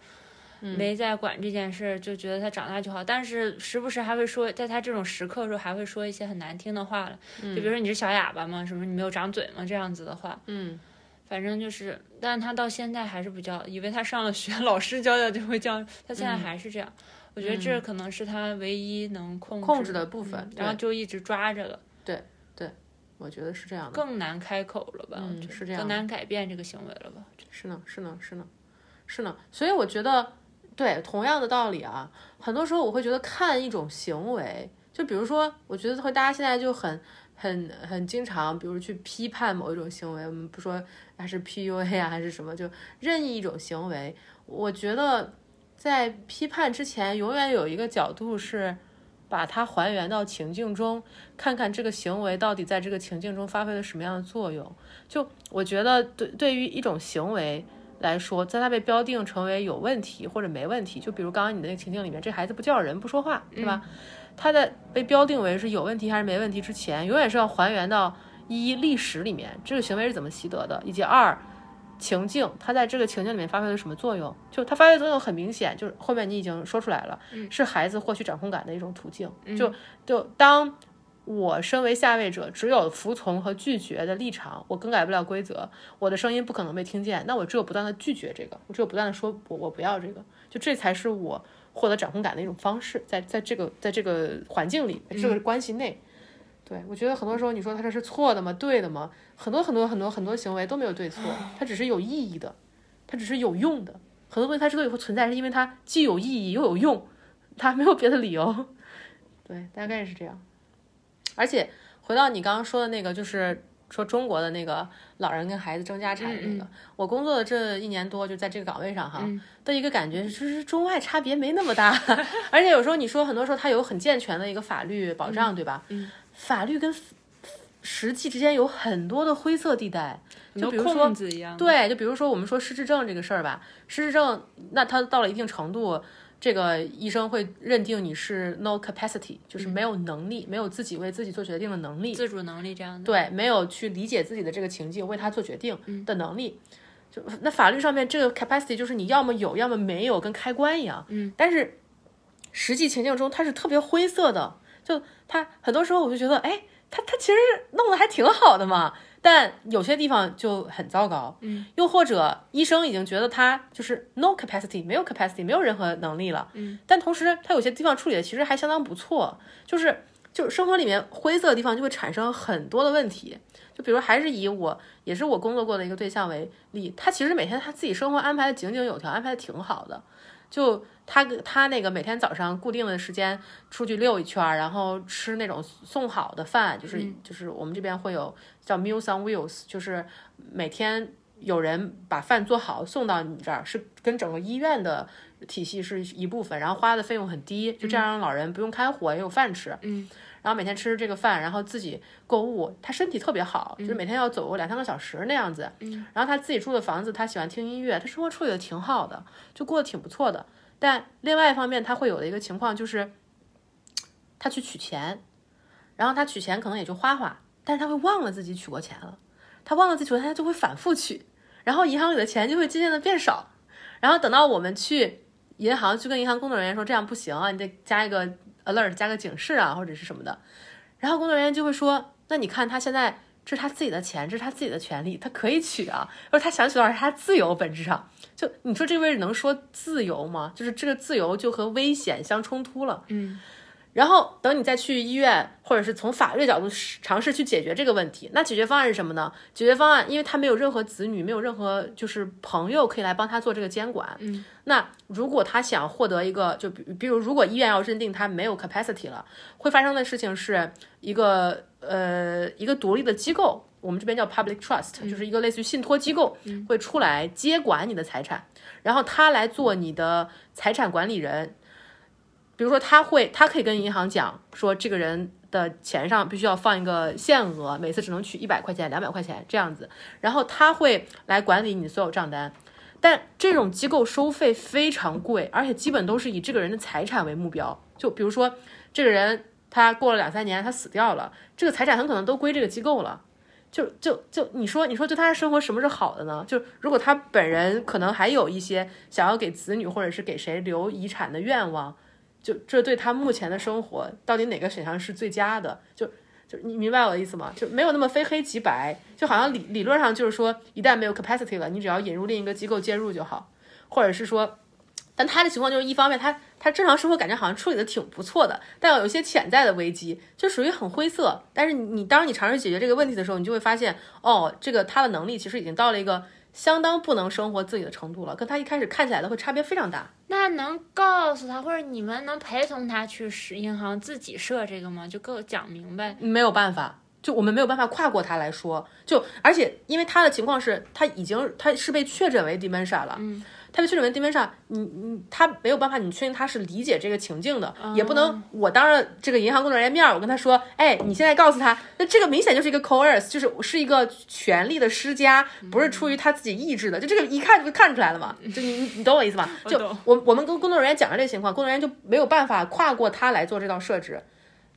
[SPEAKER 2] 嗯
[SPEAKER 1] 没再管这件事儿，就觉得他长大就好。但是时不时还会说，在他这种时刻的时候，还会说一些很难听的话了。就比如说你是小哑巴吗？什么你没有长嘴吗？这样子的话，
[SPEAKER 2] 嗯，
[SPEAKER 1] 反正就是，但他到现在还是不叫，以为他上了学， 老师教教就会教，他
[SPEAKER 2] 嗯
[SPEAKER 1] 现在还是这样。我觉得这可能是他唯一能控制
[SPEAKER 2] 控制的部分
[SPEAKER 1] 嗯
[SPEAKER 2] 对
[SPEAKER 1] 然后就一直抓着了，
[SPEAKER 2] 我觉得是这样的。
[SPEAKER 1] 更难开口了吧？
[SPEAKER 2] 嗯
[SPEAKER 1] 我觉得
[SPEAKER 2] 是这样
[SPEAKER 1] 更难改变这个行为了吧？
[SPEAKER 2] 是呢，是呢，是呢，是呢。所以我觉得，对同样的道理啊，很多时候我会觉得看一种行为，就比如说，我觉得会大家现在就很。很很经常，比如去批判某一种行为，我们不说它是 PUA 啊还是什么，就任意一种行为，我觉得在批判之前，永远有一个角度是把它还原到情境中，看看这个行为到底在这个情境中发挥了什么样的作用。就我觉得对对于一种行为来说，在它被标定成为有问题或者没问题，就比如刚刚你的那个情境里面，这孩子不叫人不说话，对吧？他在被标定为是有问题还是没问题之前，永远是要还原到一历史里面这个行为是怎么习得的，以及二。情境，他在这个情境里面发挥了什么作用？就他发挥的作用很明显，就是后面你已经说出来了，是孩子获取掌控感的一种途径。就就当我身为下位者，只有服从和拒绝的立场，我更改不了规则，我的声音不可能被听见。那我只有不断的拒绝这个，我只有不断的说我我不要这个，就这才是我获得掌控感的一种方式，在在这个在这个环境里，这个关系内。对，我觉得很多时候你说他这是错的吗？对的吗？很多很多很多很多行为都没有对错，它只是有意义的，它只是有用的。很多东西它之所以会存在，是因为它既有意义又有用，它没有别的理由。 对，大概是这样。而且回到你刚刚说的那个，就是说中国的那个老人跟孩子争家产的那个，我工作的这一年多就在这个岗位上哈，的一个感觉就是中外差别没那么大， 而且有时候你说很多时候它有很健全的一个法律保障，对吧？嗯，法律跟 f- 实际之间有很多的灰色地带，就比如说
[SPEAKER 1] 控制一样，
[SPEAKER 2] 对，就比如说我们说失智症这个事儿吧，失智症，那它到了一定程度，这个医生会认定你是 no capacity，就是
[SPEAKER 1] 嗯
[SPEAKER 2] 没有能力，没有自己为自己做决定的能力，
[SPEAKER 1] 自主能力这样的。
[SPEAKER 2] 对，没有去理解自己的这个情境，为他做决定的能力。就那法律上面这个 capacity 就是你要么有，要么没有，跟开关一样。嗯，但是实际情境中它是特别灰色的，就它很多时候我就觉得，哎，它它其实弄得还挺好的嘛，但有些地方就很糟糕。嗯，又或者医生已经觉得他就是 no capacity，没有 capacity，没有任何能力了。嗯，但同时他有些地方处理的其实还相当不错，就是就是生活里面灰色的地方就会产生很多的问题。就比如还是以我也是我工作过的一个对象为例，他其实每天他自己生活安排的井井有条，安排的挺好的。就他他那个每天早上固定的时间出去溜一圈儿，然后吃那种送好的饭，就是、就是我们这边会有叫 meals on wheels，就是每天有人把饭做好送到你这儿，是跟整个医院的体系是一部分，然后花的费用很低，就这样让老人不用开火也有饭吃。嗯，然后每天吃这个饭，然后自己购物，他身体特别好，就是每天要走两三个小时那样子。嗯，然后他自己住的房子，他喜欢听音乐，他生活处理的挺好的，就过得挺不错的。但另外一方面，他会有的一个情况就是，他去取钱，然后他取钱可能也就花花，但是他会忘了自己取过钱了，他忘了自己取过钱，他就会反复取，然后银行里的钱就会渐渐的变少，然后等到我们去银行去跟银行工作人员说这样不行啊，你得加一个 alert，加个警示啊，或者是什么的，然后工作人员就会说，那你看他现在。这是他自己的钱，这是他自己的权利，他可以取啊。而他想取多少是他自由，本质上就你说这位能说自由吗？就是这个自由就和危险相冲突了。然后等你再去医院，或者是从法律角度试尝试去解决这个问题，那解决方案是什么呢？解决方案，因为他没有任何子女，没有任何就是朋友可以来帮他做这个监管。嗯，那如果他想获得一个，就比比如如果医院要认定他没有 capacity 了，会发生的事情是一个呃一个独立的机构，我们这边叫 public trust，、就是一个类似于信托机构，会出来接管你的财产，然后他来做你的财产管理人，比如说他会，他可以跟银行讲说，这个人的钱上必须要放一个限额，每次只能取一百块钱、两百块钱这样子，然后他会来管理你所有账单。但这种机构收费非常贵，而且基本都是以这个人的财产为目标。就比如说，这个人他过了两三年，他死掉了，这个财产很可能都归这个机构了。就就就你说你说对他的生活什么是好的呢？就如果他本人可能还有一些想要给子女或者是给谁留遗产的愿望，就这对他目前的生活到底哪个选项是最佳的？就就你明白我的意思吗？就没有那么非黑即白，就好像理理论上就是说，一旦没有 capacity 了，你只要引入另一个机构介入就好，或者是说，但他的情况就是一方面他他正常生活感觉好像处理的挺不错的，但有一些潜在的危机，就属于很灰色。但是你当你尝试解决这个问题的时候，你就会发现，哦，这个他的能力其实已经到了一个相当不能生活自己的程度了，跟他一开始看起来的会差别非常大。
[SPEAKER 1] 那能告诉他，或者你们能陪同他去使银行自己设这个吗？就给我讲明白。
[SPEAKER 2] 没有办法，就我们没有办法跨过他来说，就而且因为他的情况是，他已经他是被确诊为 dementia 了，嗯，他被确诊为 dementia，你你他没有办法，你确定他是理解这个情境的，也不能我当着这个银行工作人员面儿，我跟他说，哎，你现在告诉他，那这个明显就是一个 coerce，就是是一个权力的施加，不是出于他自己意志的，就这个一看就看出来了嘛，就你你你懂我意思吧？就
[SPEAKER 1] 懂
[SPEAKER 2] 我我们跟工作人员讲了这个情况，工作人员就没有办法跨过他来做这道设置。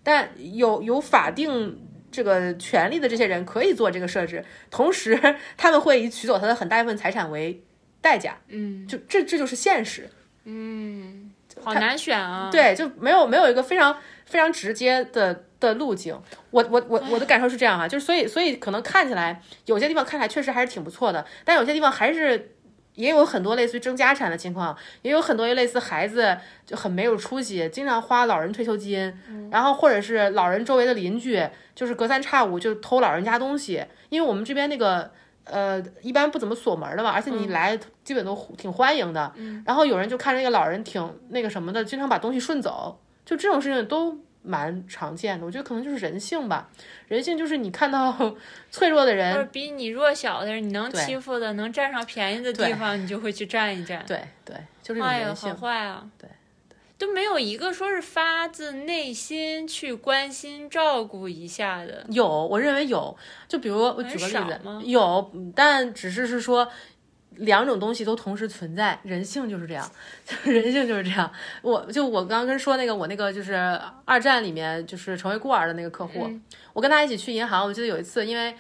[SPEAKER 2] 但有有法定这个权利的这些人可以做这个设置，同时 他们会以取走他的很大一部分财产为代价，
[SPEAKER 1] 嗯
[SPEAKER 2] 就这这就是现实。
[SPEAKER 1] 嗯，好难选啊。，
[SPEAKER 2] 对，就没有没有一个非常非常直接的的路径。我我我我的感受是这样哈、啊就是所以所以可能看起来有些地方看起来确实还是挺不错的，但有些地方还是。也有很多类似于争家产的情况，也有很多类似孩子就很没有出息，经常花老人退休金，然后或者是老人周围的邻居，就是隔三差五就偷老人家东西，因为我们这边那个呃一般不怎么锁门的嘛，而且
[SPEAKER 1] 嗯
[SPEAKER 2] 你来基本都挺欢迎的，然后有人就看着那个老人挺那个什么的，经常把东西顺走，就这种事情都蛮常见的。我觉得可能就是人性吧，人性就是你看到 脆弱的
[SPEAKER 1] 或者
[SPEAKER 2] 人，
[SPEAKER 1] 比你弱小的人，你能
[SPEAKER 2] 对
[SPEAKER 1] 欺负的，能占上便宜的地
[SPEAKER 2] 对
[SPEAKER 1] 方，你就会去占一占。
[SPEAKER 2] 对对，就是这种
[SPEAKER 1] 哎呀，
[SPEAKER 2] 人性
[SPEAKER 1] 好。坏啊！
[SPEAKER 2] 对
[SPEAKER 1] 都没有一个说是发自内心去关心照顾一下的。
[SPEAKER 2] 有，我认为有。就比如我举个例
[SPEAKER 1] 很
[SPEAKER 2] 子
[SPEAKER 1] 少吗，
[SPEAKER 2] 有，但只是是说两种东西都同时存在，人性就是这样， 人性就是这样。我就我刚刚跟说那个，我那个就是二战里面就是成为孤儿的那个客户，
[SPEAKER 1] 嗯
[SPEAKER 2] 我跟他一起去银行，我记得有一次因为。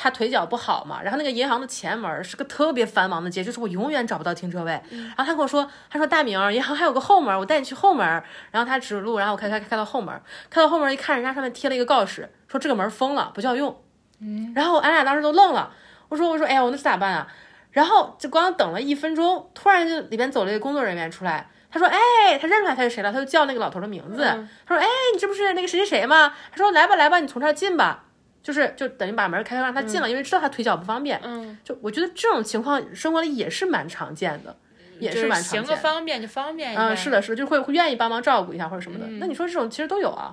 [SPEAKER 2] 他腿脚不好嘛，然后那个银行的前门是个特别繁忙的街，就是我永远找不到停车位。然后他跟我说，他说大明儿，银行还有个后门，我带你去后门。然后他指路，然后我开开开到后门，开到后门一看，人家上面贴了一个告示，说这个门封了，不叫用。嗯，然后俺俩当时都愣了，我说我说哎呀，我那是咋办啊？然后就光等了一分钟，突然就里边走了一个工作人员出来，他说哎，他认出来他是谁了，他就叫那个老头的名字，他说哎，你这不是那个谁谁谁吗？他说来吧来吧，你从这儿进吧，就是就等于把门开开让他进了，因为知道他腿脚不方便。
[SPEAKER 1] 嗯，
[SPEAKER 2] 就我觉得这种情况生活里也是蛮常见的，也
[SPEAKER 1] 嗯就是
[SPEAKER 2] 蛮常见
[SPEAKER 1] 行
[SPEAKER 2] 的。
[SPEAKER 1] 个方便就方便一下。
[SPEAKER 2] 嗯，是的，是的，就会会愿意帮忙照顾一下或者什么的。
[SPEAKER 1] 嗯
[SPEAKER 2] 那你说这种其实都有啊，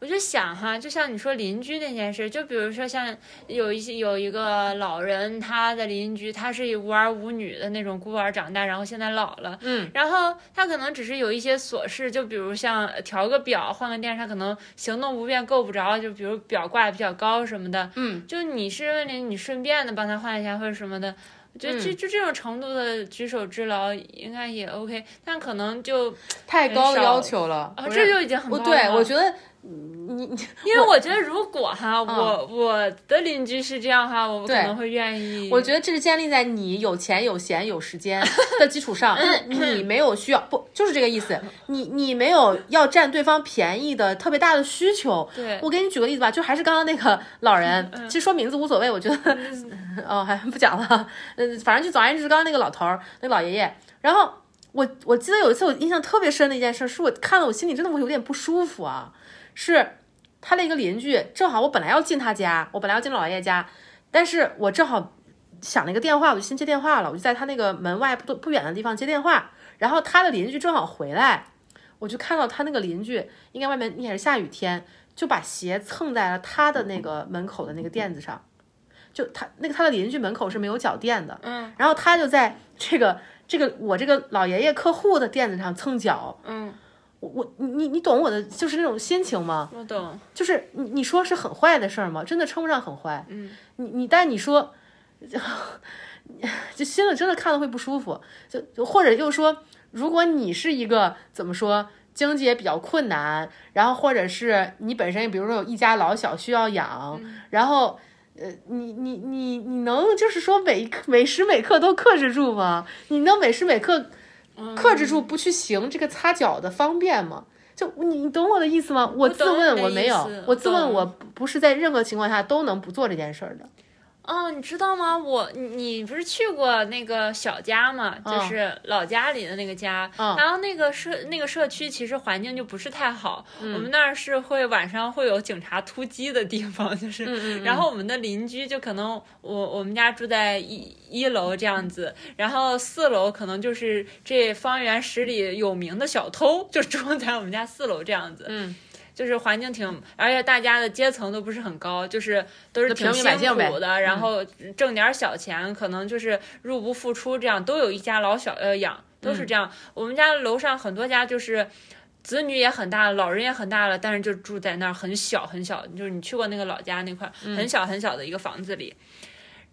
[SPEAKER 1] 我就想哈，就像你说邻居那件事，就比如说像有一些有一个老人，他的邻居他是无儿无女的那种孤儿长大，然后现在老了，嗯，然后他可能只是有一些琐事，就比如像调个表、换个电，他可能行动不便够不着，就比如表挂的比较高什么的，嗯，就你是问你你顺便的帮他换一下或者什么的。我觉得
[SPEAKER 2] 嗯
[SPEAKER 1] 就就这种程度的举手之劳应该也 OK，但可能就
[SPEAKER 2] 太高的
[SPEAKER 1] 少
[SPEAKER 2] 要求了。
[SPEAKER 1] 啊，
[SPEAKER 2] 我
[SPEAKER 1] 这
[SPEAKER 2] 认
[SPEAKER 1] 就已经嗯很高
[SPEAKER 2] 我
[SPEAKER 1] 了。
[SPEAKER 2] 对我觉得你你
[SPEAKER 1] 因为我觉得如果哈，我我的邻居是这样哈，我可
[SPEAKER 2] 嗯对
[SPEAKER 1] 能会愿意。
[SPEAKER 2] 我觉得这是建立在你有钱、有闲、有时间的基础上，就是 你没有需要，不就是这个意思？你你没有要占对方便宜的特别大的需求。
[SPEAKER 1] 对
[SPEAKER 2] 我给你举个例子吧，就还是刚刚那个老人，其实说名字无所谓，我觉得 哦，还不讲了，嗯，反正就总而言之，刚刚那个老头儿，那个老爷爷，然后。我我记得有一次我印象特别深的一件事，是我看了我心里真的会有点不舒服啊，是他的一个邻居，正好我本来要进他家，我本来要进老爷家，但是我正好响了一个电话，我就先接电话了，我就在他那个门外不多不远的地方接电话，然后他的邻居正好回来，我就看到他那个邻居，应该外面也是下雨天，就把鞋蹭在了他的那个门口的那个垫子上，就他那个他的邻居门口是没有脚垫的，嗯，然后他就在这个这个我这个老爷爷客户的垫子上蹭脚，
[SPEAKER 1] 嗯，
[SPEAKER 2] 我我你你你懂我的就是那种心情吗？
[SPEAKER 1] 我懂，
[SPEAKER 2] 就是你你说是很坏的事儿吗？真的称不上很坏。嗯，你你但你说， 就心里真的看了会不舒服。就就或者就是说，如果你是一个怎么说？经济也比较困难，然后或者是你本身，比如说有一家老小需要养，然后，呃，你你你你能就是说每一刻每时每刻都克制住吗？你能每时每刻克制住不去行这个擦脚的方便吗？就你你懂我的意思吗？啊我
[SPEAKER 1] 我
[SPEAKER 2] 自
[SPEAKER 1] 懂
[SPEAKER 2] 问
[SPEAKER 1] 你
[SPEAKER 2] 我
[SPEAKER 1] 的
[SPEAKER 2] 没
[SPEAKER 1] 意
[SPEAKER 2] 有
[SPEAKER 1] 思，
[SPEAKER 2] 我自问
[SPEAKER 1] 懂
[SPEAKER 2] 我不不是在任何情况下都能不做这件事儿的。
[SPEAKER 1] 哦，你知道吗？我你你不是去过那个小家吗？就是老家里的那个家，然后那个社那个社区其实环境就不是太好。我们那儿是会晚上会有警察突击的地方，就是， 然后我们的邻居就可能我我们家住在一一楼这样子，然后四楼可能就是这方圆十里有名的小偷就住在我们家四楼这样子。
[SPEAKER 2] 嗯，
[SPEAKER 1] 就是环境挺，而且大家的阶层都不是很高，就是都是挺
[SPEAKER 2] 平民
[SPEAKER 1] 辛
[SPEAKER 2] 百姓呗嗯
[SPEAKER 1] 苦的，然后挣点小钱，可能就是入不敷出，这样都有一家老小呃养，都
[SPEAKER 2] 嗯
[SPEAKER 1] 是这样。我们家楼上很多家就是。子女也很大了，老人也很大了，但是就住在那儿很小很小，就是你去过那个老家那块儿，
[SPEAKER 2] 嗯
[SPEAKER 1] 很小很小的一个房子里，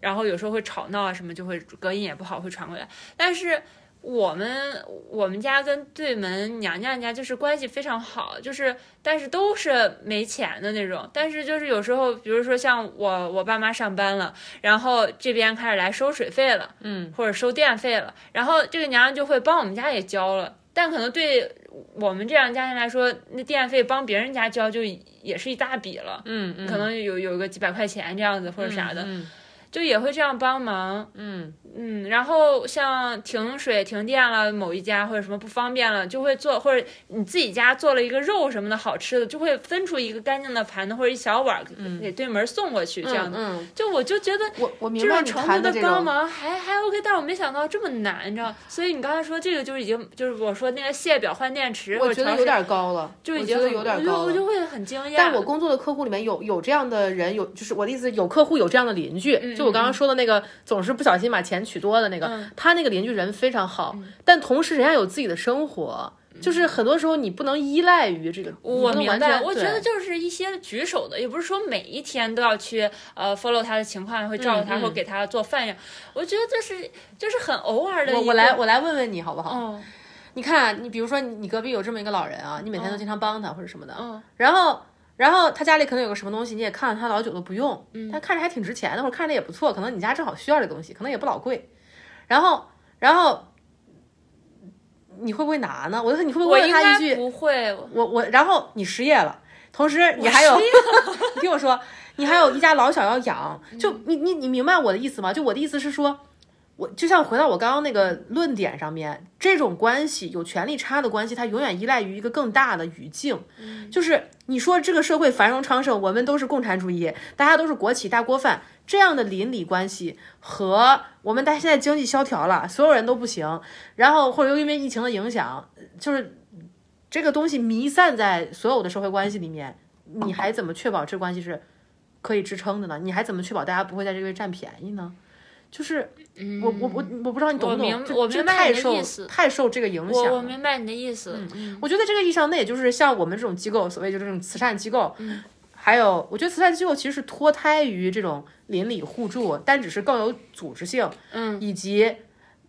[SPEAKER 1] 然后有时候会吵闹啊什么，就会隔音也不好，会传过来。但是我们我们家跟对门娘娘家就是关系非常好，就是但是都是没钱的那种。但是就是有时候，比如说像我我爸妈上班了，然后这边开始来收水费了，嗯，或者收电费了，然后这个娘娘就会帮我们家也交了，但可能对。我们这样家庭来说，那电费帮别人家交就也是一大笔了，
[SPEAKER 2] 嗯嗯，
[SPEAKER 1] 可能有有个几百块钱这样子或者啥的，
[SPEAKER 2] 嗯
[SPEAKER 1] 就也会这样帮忙。
[SPEAKER 2] 嗯
[SPEAKER 1] 嗯，然后像停水、停电了，某一家或者什么不方便了，就会做，或者你自己家做了一个肉什么的好吃的，就会分出一个干净的盘子或者一小碗儿给给对门送过去，这样子。
[SPEAKER 2] 嗯，
[SPEAKER 1] 就我就觉得
[SPEAKER 2] 我我明
[SPEAKER 1] 这
[SPEAKER 2] 白
[SPEAKER 1] 种
[SPEAKER 2] 你
[SPEAKER 1] 程
[SPEAKER 2] 谈
[SPEAKER 1] 度
[SPEAKER 2] 的
[SPEAKER 1] 的
[SPEAKER 2] 这
[SPEAKER 1] 帮
[SPEAKER 2] 种，嗯
[SPEAKER 1] 忙还还 OK，但是我没想到这么难，你知道？所以你刚才说这个就是已经就是我说那个卸表换电池，
[SPEAKER 2] 我
[SPEAKER 1] 或者
[SPEAKER 2] 觉得
[SPEAKER 1] 调
[SPEAKER 2] 有
[SPEAKER 1] 试
[SPEAKER 2] 点高了，
[SPEAKER 1] 就
[SPEAKER 2] 我
[SPEAKER 1] 已
[SPEAKER 2] 觉
[SPEAKER 1] 经
[SPEAKER 2] 得
[SPEAKER 1] 很
[SPEAKER 2] 有点
[SPEAKER 1] 我就
[SPEAKER 2] 高
[SPEAKER 1] 我
[SPEAKER 2] 了。
[SPEAKER 1] 就会很惊讶。
[SPEAKER 2] 但我工作的客户里面有有这样的人，有就是我的意思，有客户有这样的邻居，
[SPEAKER 1] 嗯
[SPEAKER 2] 就我刚刚说的那个总是不小心把钱取多的那个，他那个邻居人非常好，
[SPEAKER 1] 嗯
[SPEAKER 2] 但同时人家有自己的生活，就是很多时候你不能依赖于这个，
[SPEAKER 1] 我
[SPEAKER 2] 你不能
[SPEAKER 1] 明
[SPEAKER 2] 完
[SPEAKER 1] 白，
[SPEAKER 2] 全
[SPEAKER 1] 我觉
[SPEAKER 2] 对
[SPEAKER 1] 得就是一些举手的，也不是说每一天都要去呃 follow 他的情况，会照顾他，
[SPEAKER 2] 嗯
[SPEAKER 1] 或给他做饭呀。我觉得这是就是很偶尔的一
[SPEAKER 2] 我
[SPEAKER 1] 个。
[SPEAKER 2] 我来我来问问你好不好？
[SPEAKER 1] 嗯
[SPEAKER 2] 你看啊，你比如说你你隔壁有这么一个老人啊，你每天都经常帮他或者什么的，
[SPEAKER 1] 嗯
[SPEAKER 2] 然后然后他家里可能有个什么东西，你也看了他老久都不用，嗯，但看着还挺值钱的，或者看着也不错，可能你家正好需要这东西，可能也不老贵，然后然后你会不会拿呢？我就说你会不
[SPEAKER 1] 我
[SPEAKER 2] 会问
[SPEAKER 1] 应
[SPEAKER 2] 他一
[SPEAKER 1] 该
[SPEAKER 2] 句，
[SPEAKER 1] 不会。
[SPEAKER 2] 我我然后你失业了，同时你还有， 你听我说，你还有一家老小要养，就你你你明白我的意思吗？就我的意思是说。我就像回到我刚刚那个论点上面，这种关系有权利差的关系，它永远依赖于一个更大的语境，就是你说这个社会繁荣昌盛，我们都是共产主义，大家都是国企大锅饭，这样的邻里关系和我们大家现在经济萧条了，所有人都不行，然后或者又因为疫情的影响，就是这个东西弥散在所有的社会关系里面，
[SPEAKER 1] 哦
[SPEAKER 2] 你还怎么确保这关系是可以支撑的呢？你还怎么确保大家不会在这个占便宜呢？就是我我我我不知道你懂不懂，
[SPEAKER 1] 嗯我明
[SPEAKER 2] 这
[SPEAKER 1] 我
[SPEAKER 2] 这
[SPEAKER 1] 明白
[SPEAKER 2] 太
[SPEAKER 1] 你的
[SPEAKER 2] 受
[SPEAKER 1] 意思
[SPEAKER 2] 太受这个影响
[SPEAKER 1] 我
[SPEAKER 2] 了。
[SPEAKER 1] 我明白你的意思。嗯
[SPEAKER 2] 我觉得这个意义上，那也就是像我们这种机构，所谓就是这种慈善机构，
[SPEAKER 1] 嗯
[SPEAKER 2] 还有我觉得慈善机构其实是脱胎于这种邻里互助，但只是更有组织性，
[SPEAKER 1] 嗯，
[SPEAKER 2] 以及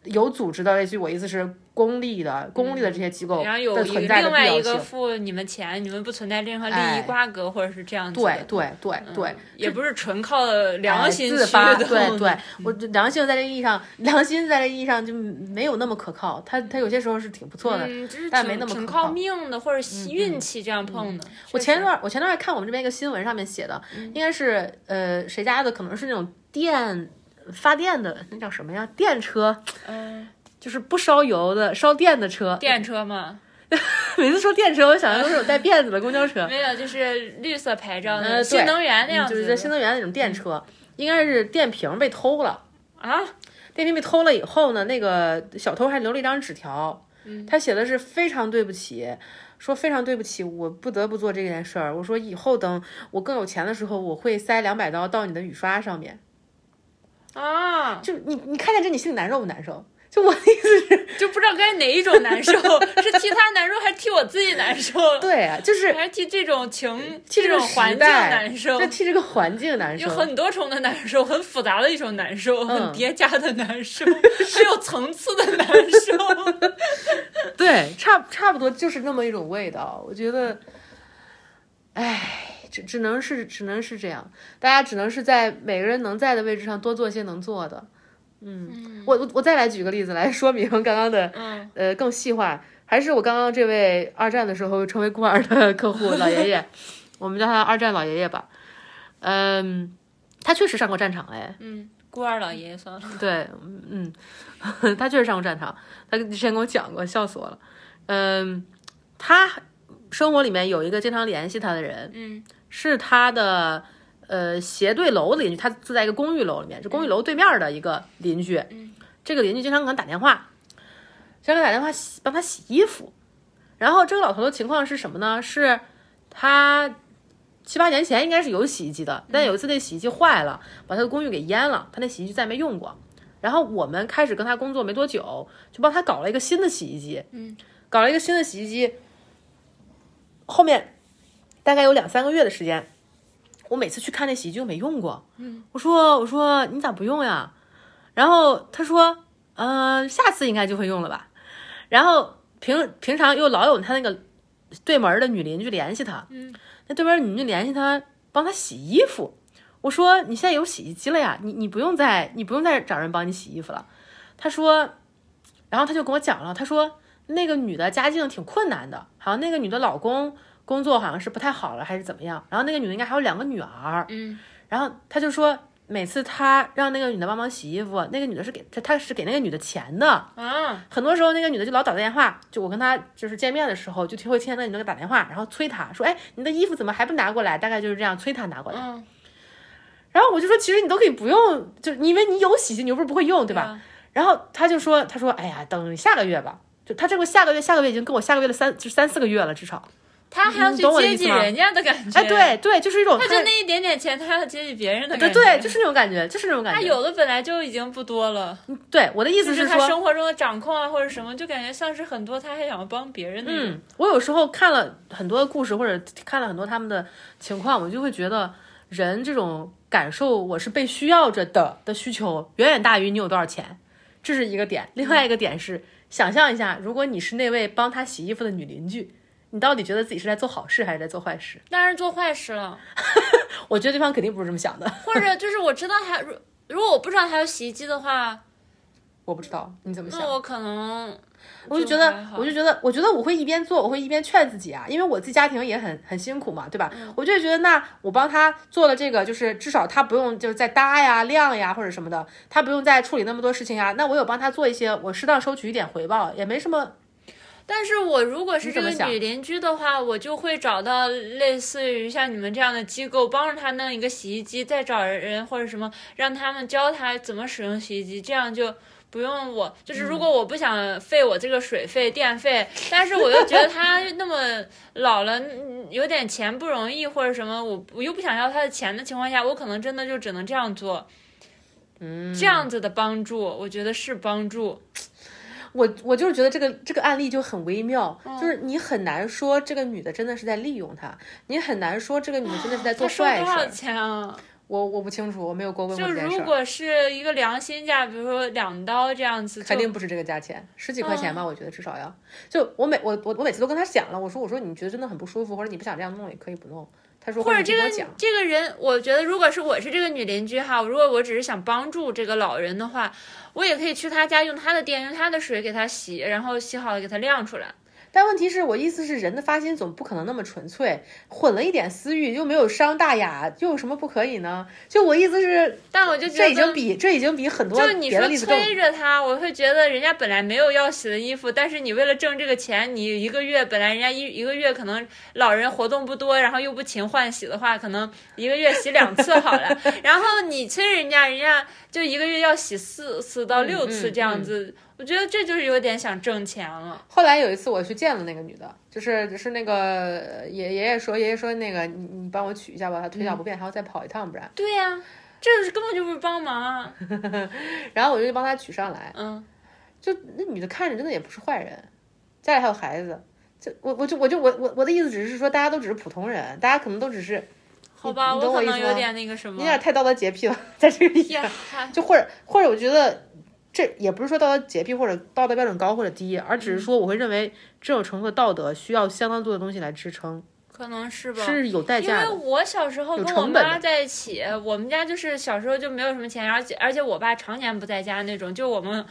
[SPEAKER 2] 有组织的，类似于我意思是公立的、公立的这些机构
[SPEAKER 1] 嗯然后有
[SPEAKER 2] 的
[SPEAKER 1] 一个
[SPEAKER 2] 存在的
[SPEAKER 1] 另
[SPEAKER 2] 必
[SPEAKER 1] 外
[SPEAKER 2] 要
[SPEAKER 1] 一个
[SPEAKER 2] 性。
[SPEAKER 1] 付你们钱，你们不存在任何利
[SPEAKER 2] 哎
[SPEAKER 1] 益瓜葛或者是这样子
[SPEAKER 2] 对
[SPEAKER 1] 的。
[SPEAKER 2] 对对对，
[SPEAKER 1] 也不是纯靠嗯良心嗯
[SPEAKER 2] 哎
[SPEAKER 1] 去
[SPEAKER 2] 自发，
[SPEAKER 1] 的。
[SPEAKER 2] 对对，我这良心在这意义上，良心在这意义上就没有那么可靠，它它有些时候是挺不错的，
[SPEAKER 1] 嗯，只是
[SPEAKER 2] 但没那
[SPEAKER 1] 挺
[SPEAKER 2] 么
[SPEAKER 1] 挺
[SPEAKER 2] 可靠嗯
[SPEAKER 1] 靠命的，或者运气这样碰的。
[SPEAKER 2] 我
[SPEAKER 1] 确
[SPEAKER 2] 前
[SPEAKER 1] 实嗯
[SPEAKER 2] 段我前段还看我们这边一个新闻上面写的，应该是呃谁家的，可能是那种电发电的，那叫什么呀？电车，
[SPEAKER 1] 嗯
[SPEAKER 2] 就是不烧油的烧电的车。
[SPEAKER 1] 电车嘛，
[SPEAKER 2] 每次说电车，我想的都是有带辫子的公交车。
[SPEAKER 1] 没有，就是绿色牌照
[SPEAKER 2] 呃
[SPEAKER 1] 的
[SPEAKER 2] 对
[SPEAKER 1] 新能源那样
[SPEAKER 2] 就
[SPEAKER 1] 子
[SPEAKER 2] 是
[SPEAKER 1] 的
[SPEAKER 2] 在新能源那种电车，应该是电瓶被偷了。
[SPEAKER 1] 啊，
[SPEAKER 2] 电瓶被偷了以后呢，那个小偷还留了一张纸条，他写的是非常对不起，说非常对不起，我不得不做这件事儿。我说以后等我更有钱的时候，我会塞两百刀到你的雨刷上面。
[SPEAKER 1] 啊，
[SPEAKER 2] 就你你看见这，你心里难受不难受？就我的意思是，
[SPEAKER 1] 就不知道该哪一种难 受，是替他难受，还是替我自己难受，
[SPEAKER 2] 对啊， 就是
[SPEAKER 1] 还是替这种情、
[SPEAKER 2] 替
[SPEAKER 1] 这
[SPEAKER 2] 这个
[SPEAKER 1] 种
[SPEAKER 2] 时
[SPEAKER 1] 环境
[SPEAKER 2] 代
[SPEAKER 1] 难受
[SPEAKER 2] 就，替这个环境难
[SPEAKER 1] 有
[SPEAKER 2] 受。
[SPEAKER 1] 很多重的难受，很复杂的一种难受，
[SPEAKER 2] 嗯
[SPEAKER 1] 很叠加的难受， 还有层次的难受。
[SPEAKER 2] 对，差差不多就是那么一种味道。我觉得，唉，只只能是只能是这样，大家只能是在每个人能在的位置上多做些能做的。嗯，我我我再来举个例子来说明刚刚的，
[SPEAKER 1] 嗯
[SPEAKER 2] 呃，更细化，还是我刚刚这位二战的时候成为孤儿的客户老爷 爷，我们叫他二战老爷爷吧。嗯，他确实上过战场哎，
[SPEAKER 1] 嗯，孤儿老爷爷算了，
[SPEAKER 2] 对，嗯，嗯 他确实上过战场，他之前跟我讲过，笑死我了。嗯，他生活里面有一个经常联系他的人，
[SPEAKER 1] 嗯
[SPEAKER 2] 是他的呃斜对楼的邻居，他住在一个公寓楼里面，是公寓楼对面的一个邻居。
[SPEAKER 1] 嗯
[SPEAKER 2] 这个邻居经常给他打电话，经常给他打电话洗帮他洗衣服。然后这个老头的情况是什么呢？是他七八年前应该是有洗衣机
[SPEAKER 1] 嗯
[SPEAKER 2] 的，但有一次那洗衣机坏了，把他的公寓给淹了，他那洗衣机再没用过。然后我们开始跟他工作没多久，就帮他搞了一个新的洗衣机，
[SPEAKER 1] 嗯，
[SPEAKER 2] 搞了一个新的洗衣机。后面大概有两三个月的时间，我每次去看那洗衣机我没用过，
[SPEAKER 1] 嗯，
[SPEAKER 2] 我说我说你咋不用呀？然后他说，嗯、下次应该就会用了吧。然后平平常又老有他那个对门的女邻居联系他，
[SPEAKER 1] 嗯，
[SPEAKER 2] 那对门女邻居联系他帮他洗衣服。我说你现在有洗衣机了呀，你你不用再你不用再找人帮你洗衣服了。他说，然后他就跟我讲了，他说那个女的家境挺困难的，好像那个女的老公工作好像是不太好了，还是怎么样。然后那个女的应该还有两个女儿，
[SPEAKER 1] 嗯
[SPEAKER 2] 然后他就说，每次他让那个女的帮忙洗衣服，那个女的是给他他是给那个女的钱的。
[SPEAKER 1] 啊，
[SPEAKER 2] 很多时候那个女的就老打电话，就我跟她就是见面的时候，就听会听见那个女的给打电话，然后催她说：“哎，你的衣服怎么还不拿过来？”大概就是这样催她拿过来。
[SPEAKER 1] 嗯，
[SPEAKER 2] 然后我就说：“其实你都可以不用，就是你因为你有洗衣机，你又不是不会用，对
[SPEAKER 1] 对
[SPEAKER 2] 吧？”？然后他就说：“他说，哎呀，等下个月吧。”就他这个下个月，下个月已经跟我下个月的三就三四个月了，至少。
[SPEAKER 1] 他还要
[SPEAKER 2] 你
[SPEAKER 1] 去
[SPEAKER 2] 嗯懂我的
[SPEAKER 1] 接
[SPEAKER 2] 意思
[SPEAKER 1] 济
[SPEAKER 2] 吗
[SPEAKER 1] 人家的感觉，
[SPEAKER 2] 哎，，对对，就是一种
[SPEAKER 1] 他就那一点点钱，他还要接济别人的
[SPEAKER 2] 对
[SPEAKER 1] 感觉，
[SPEAKER 2] 对，就是那种感觉，就是那种感
[SPEAKER 1] 他
[SPEAKER 2] 觉。
[SPEAKER 1] 有的本来就已经不多了，
[SPEAKER 2] 对我的意
[SPEAKER 1] 就
[SPEAKER 2] 思
[SPEAKER 1] 是
[SPEAKER 2] 说，
[SPEAKER 1] 他生活中的掌控啊，或者什么，就感觉像是很多，他还想要帮别人那种。
[SPEAKER 2] 嗯，我有时候看了很多故事，或者看了很多他们的情况，我就会觉得人这种感受，我是被需要着的的需求，远远大于你有多少钱，这是一个点。另外一个点是，想象一下，如果你是那位帮他洗衣服的女邻居，你到底觉得自己是在做好事还是在做坏事？
[SPEAKER 1] 当然做坏事了，
[SPEAKER 2] 我觉得对方肯定不是这么想的。
[SPEAKER 1] 或者就是我知道他，如如果我不知道他有洗衣机的话，
[SPEAKER 2] 我不知道你怎么想
[SPEAKER 1] 那，我可能
[SPEAKER 2] 我就觉
[SPEAKER 1] 还
[SPEAKER 2] 得，
[SPEAKER 1] 好
[SPEAKER 2] 我就觉得，我觉得我会一边做，我会一边劝自己啊，因为我自己家庭也很很辛苦嘛，对吧？
[SPEAKER 1] 嗯
[SPEAKER 2] 我就会觉得，那我帮他做了这个，就是至少他不用就是再搭呀、晾呀或者什么的，他不用再处理那么多事情啊呀。那我有帮他做一些，我适当收取一点回报，也没什么。
[SPEAKER 1] 但是我如果是
[SPEAKER 2] 你
[SPEAKER 1] 这
[SPEAKER 2] 怎么
[SPEAKER 1] 个
[SPEAKER 2] 想
[SPEAKER 1] 女邻居的话，我就会找到类似于像你们这样的机构，帮着她弄一个洗衣机，再找人或者什么，让他们教她怎么使用洗衣机，这样就。不用我，
[SPEAKER 2] 嗯
[SPEAKER 1] 就是如果我不想费我这个水费、电费，但是我又觉得她那么老了，嗯有点钱不容易或者什么，我我又不想要她的钱的情况下，我可能真的就只能这样做。嗯，这样子的帮助，我觉得是帮助。
[SPEAKER 2] 我我就是觉得这个这个案例就很微妙，
[SPEAKER 1] 嗯
[SPEAKER 2] 就是你很难说这个女的真的是在利用他，你很难说这个女的真的是在
[SPEAKER 1] 嗯
[SPEAKER 2] 做
[SPEAKER 1] 她收多
[SPEAKER 2] 坏事
[SPEAKER 1] 少
[SPEAKER 2] 儿。
[SPEAKER 1] 钱啊？
[SPEAKER 2] 我我不清楚，我没有过问过
[SPEAKER 1] 就
[SPEAKER 2] 这件
[SPEAKER 1] 如
[SPEAKER 2] 事儿，
[SPEAKER 1] 果是一个良心价，比如说两刀这样子，
[SPEAKER 2] 肯
[SPEAKER 1] 就
[SPEAKER 2] 定不是这个价钱，十几块钱
[SPEAKER 1] 嗯
[SPEAKER 2] 吧，我觉得至少要。就我每我我我每次都跟他讲了，我说我说你觉得真的很不舒服，或者你不想这样弄也可以不弄。他说
[SPEAKER 1] 或者
[SPEAKER 2] 你
[SPEAKER 1] 这
[SPEAKER 2] 跟
[SPEAKER 1] 个
[SPEAKER 2] 我讲，
[SPEAKER 1] 这个人，我觉得如果是我是这个女邻居哈，如果我只是想帮助这个老人的话，我也可以去他家用他的电、用他的水给他洗，然后洗好了给他晾出来。
[SPEAKER 2] 但问题是我意思是，人的发心总不可能那么纯粹，混了一点私欲，又没有伤大雅，又有什么不可以呢？就我意思是，
[SPEAKER 1] 但我就觉得
[SPEAKER 2] 这已经比这已经比很多
[SPEAKER 1] 就你
[SPEAKER 2] 别
[SPEAKER 1] 说
[SPEAKER 2] 的例子更
[SPEAKER 1] 催着他，我会觉得人家本来没有要洗的衣服，但是你为了挣这个钱，你一个月本来人家一一个月可能老人活动不多，然后又不勤换洗的话，可能一个月洗两次好了。 然后你催着人家，人家就一个月要洗四次到六次
[SPEAKER 2] 嗯
[SPEAKER 1] 这样
[SPEAKER 2] 嗯
[SPEAKER 1] 子，我觉得这就是有点想挣钱了。
[SPEAKER 2] 后来有一次我去见了那个女的，就是就是那个呃爷爷爷说爷爷说那个你你帮我取一下吧，她
[SPEAKER 1] 嗯
[SPEAKER 2] 腿脚不便，还要再跑一趟，不然。
[SPEAKER 1] 对呀、这是根本就不是帮忙啊。
[SPEAKER 2] 然后我就去帮她取上来，
[SPEAKER 1] 嗯，
[SPEAKER 2] 就那女的看着真的也不是坏人，家里还有孩子。就我我就我就我我我的意思只是说，大家都只是普通人，大家可能都只是
[SPEAKER 1] 好吧，
[SPEAKER 2] 你
[SPEAKER 1] 我
[SPEAKER 2] 懂我
[SPEAKER 1] 可
[SPEAKER 2] 意思
[SPEAKER 1] 能有
[SPEAKER 2] 吗
[SPEAKER 1] 点那个什
[SPEAKER 2] 你
[SPEAKER 1] 么
[SPEAKER 2] 有。点太道德洁癖了， 在这个意
[SPEAKER 1] 呀，还
[SPEAKER 2] 就或者或者我觉得这也不是说道德洁癖或者道德标准高或者低，而
[SPEAKER 1] 嗯
[SPEAKER 2] 只是说我会认为这种程度的道德需要相当多的东西来支撑，
[SPEAKER 1] 可能是吧。
[SPEAKER 2] 是有代
[SPEAKER 1] 因
[SPEAKER 2] 价
[SPEAKER 1] 为
[SPEAKER 2] 的。
[SPEAKER 1] 我小时候
[SPEAKER 2] 有
[SPEAKER 1] 跟我
[SPEAKER 2] 成本
[SPEAKER 1] 妈
[SPEAKER 2] 的
[SPEAKER 1] 在一起，我们家就是小时候就没有什么钱，而且而且我爸常年不在家那种，就我们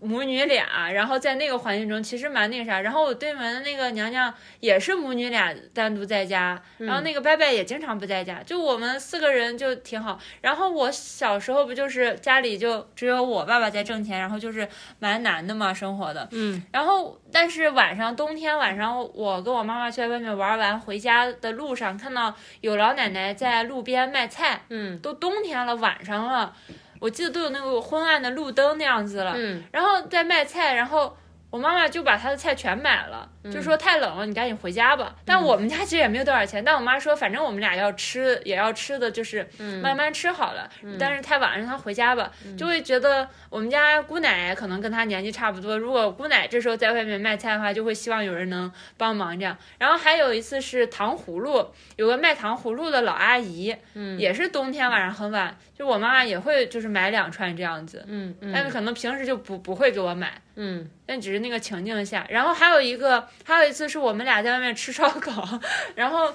[SPEAKER 1] 母女俩，然后在那个环境中其实蛮那个啥。然后我对门的那个娘娘也是母女俩单独在家，
[SPEAKER 2] 嗯
[SPEAKER 1] 然后那个伯伯也经常不在家，就我们四个人就挺好。然后我小时候不就是家里就只有我爸爸在挣钱，然后就是蛮难的嘛生活的，
[SPEAKER 2] 嗯，
[SPEAKER 1] 然后，但是晚上冬天晚上，我跟我妈妈去外面玩完，回家的路上看到有老奶奶在路边卖菜。
[SPEAKER 2] 嗯，
[SPEAKER 1] 都冬天了，晚上了，我记得都有那个昏暗的路灯那样子了。
[SPEAKER 2] 嗯，
[SPEAKER 1] 然后在卖菜，然后我妈妈就把她的菜全买了，就说太冷了，你赶紧回家吧。但我们家其实也没有多少钱，但我妈说反正我们俩要吃，也要吃的就是
[SPEAKER 2] 嗯
[SPEAKER 1] 慢慢吃好了。但是太晚了，让她回家吧，就会觉得我们家姑奶可能跟她年纪差不多，如果姑奶这时候在外面卖菜的话，就会希望有人能帮忙这样。然后还有一次是糖葫芦，有个卖糖葫芦的老阿姨，
[SPEAKER 2] 嗯
[SPEAKER 1] 也是冬天晚上很晚，就我妈妈也会就是买两串这样子，
[SPEAKER 2] 嗯嗯
[SPEAKER 1] 但是可能平时就不不会给我买，
[SPEAKER 2] 嗯，
[SPEAKER 1] 但只是那个情境下。然后还有一个，还有一次是我们俩在外面吃烧烤，然后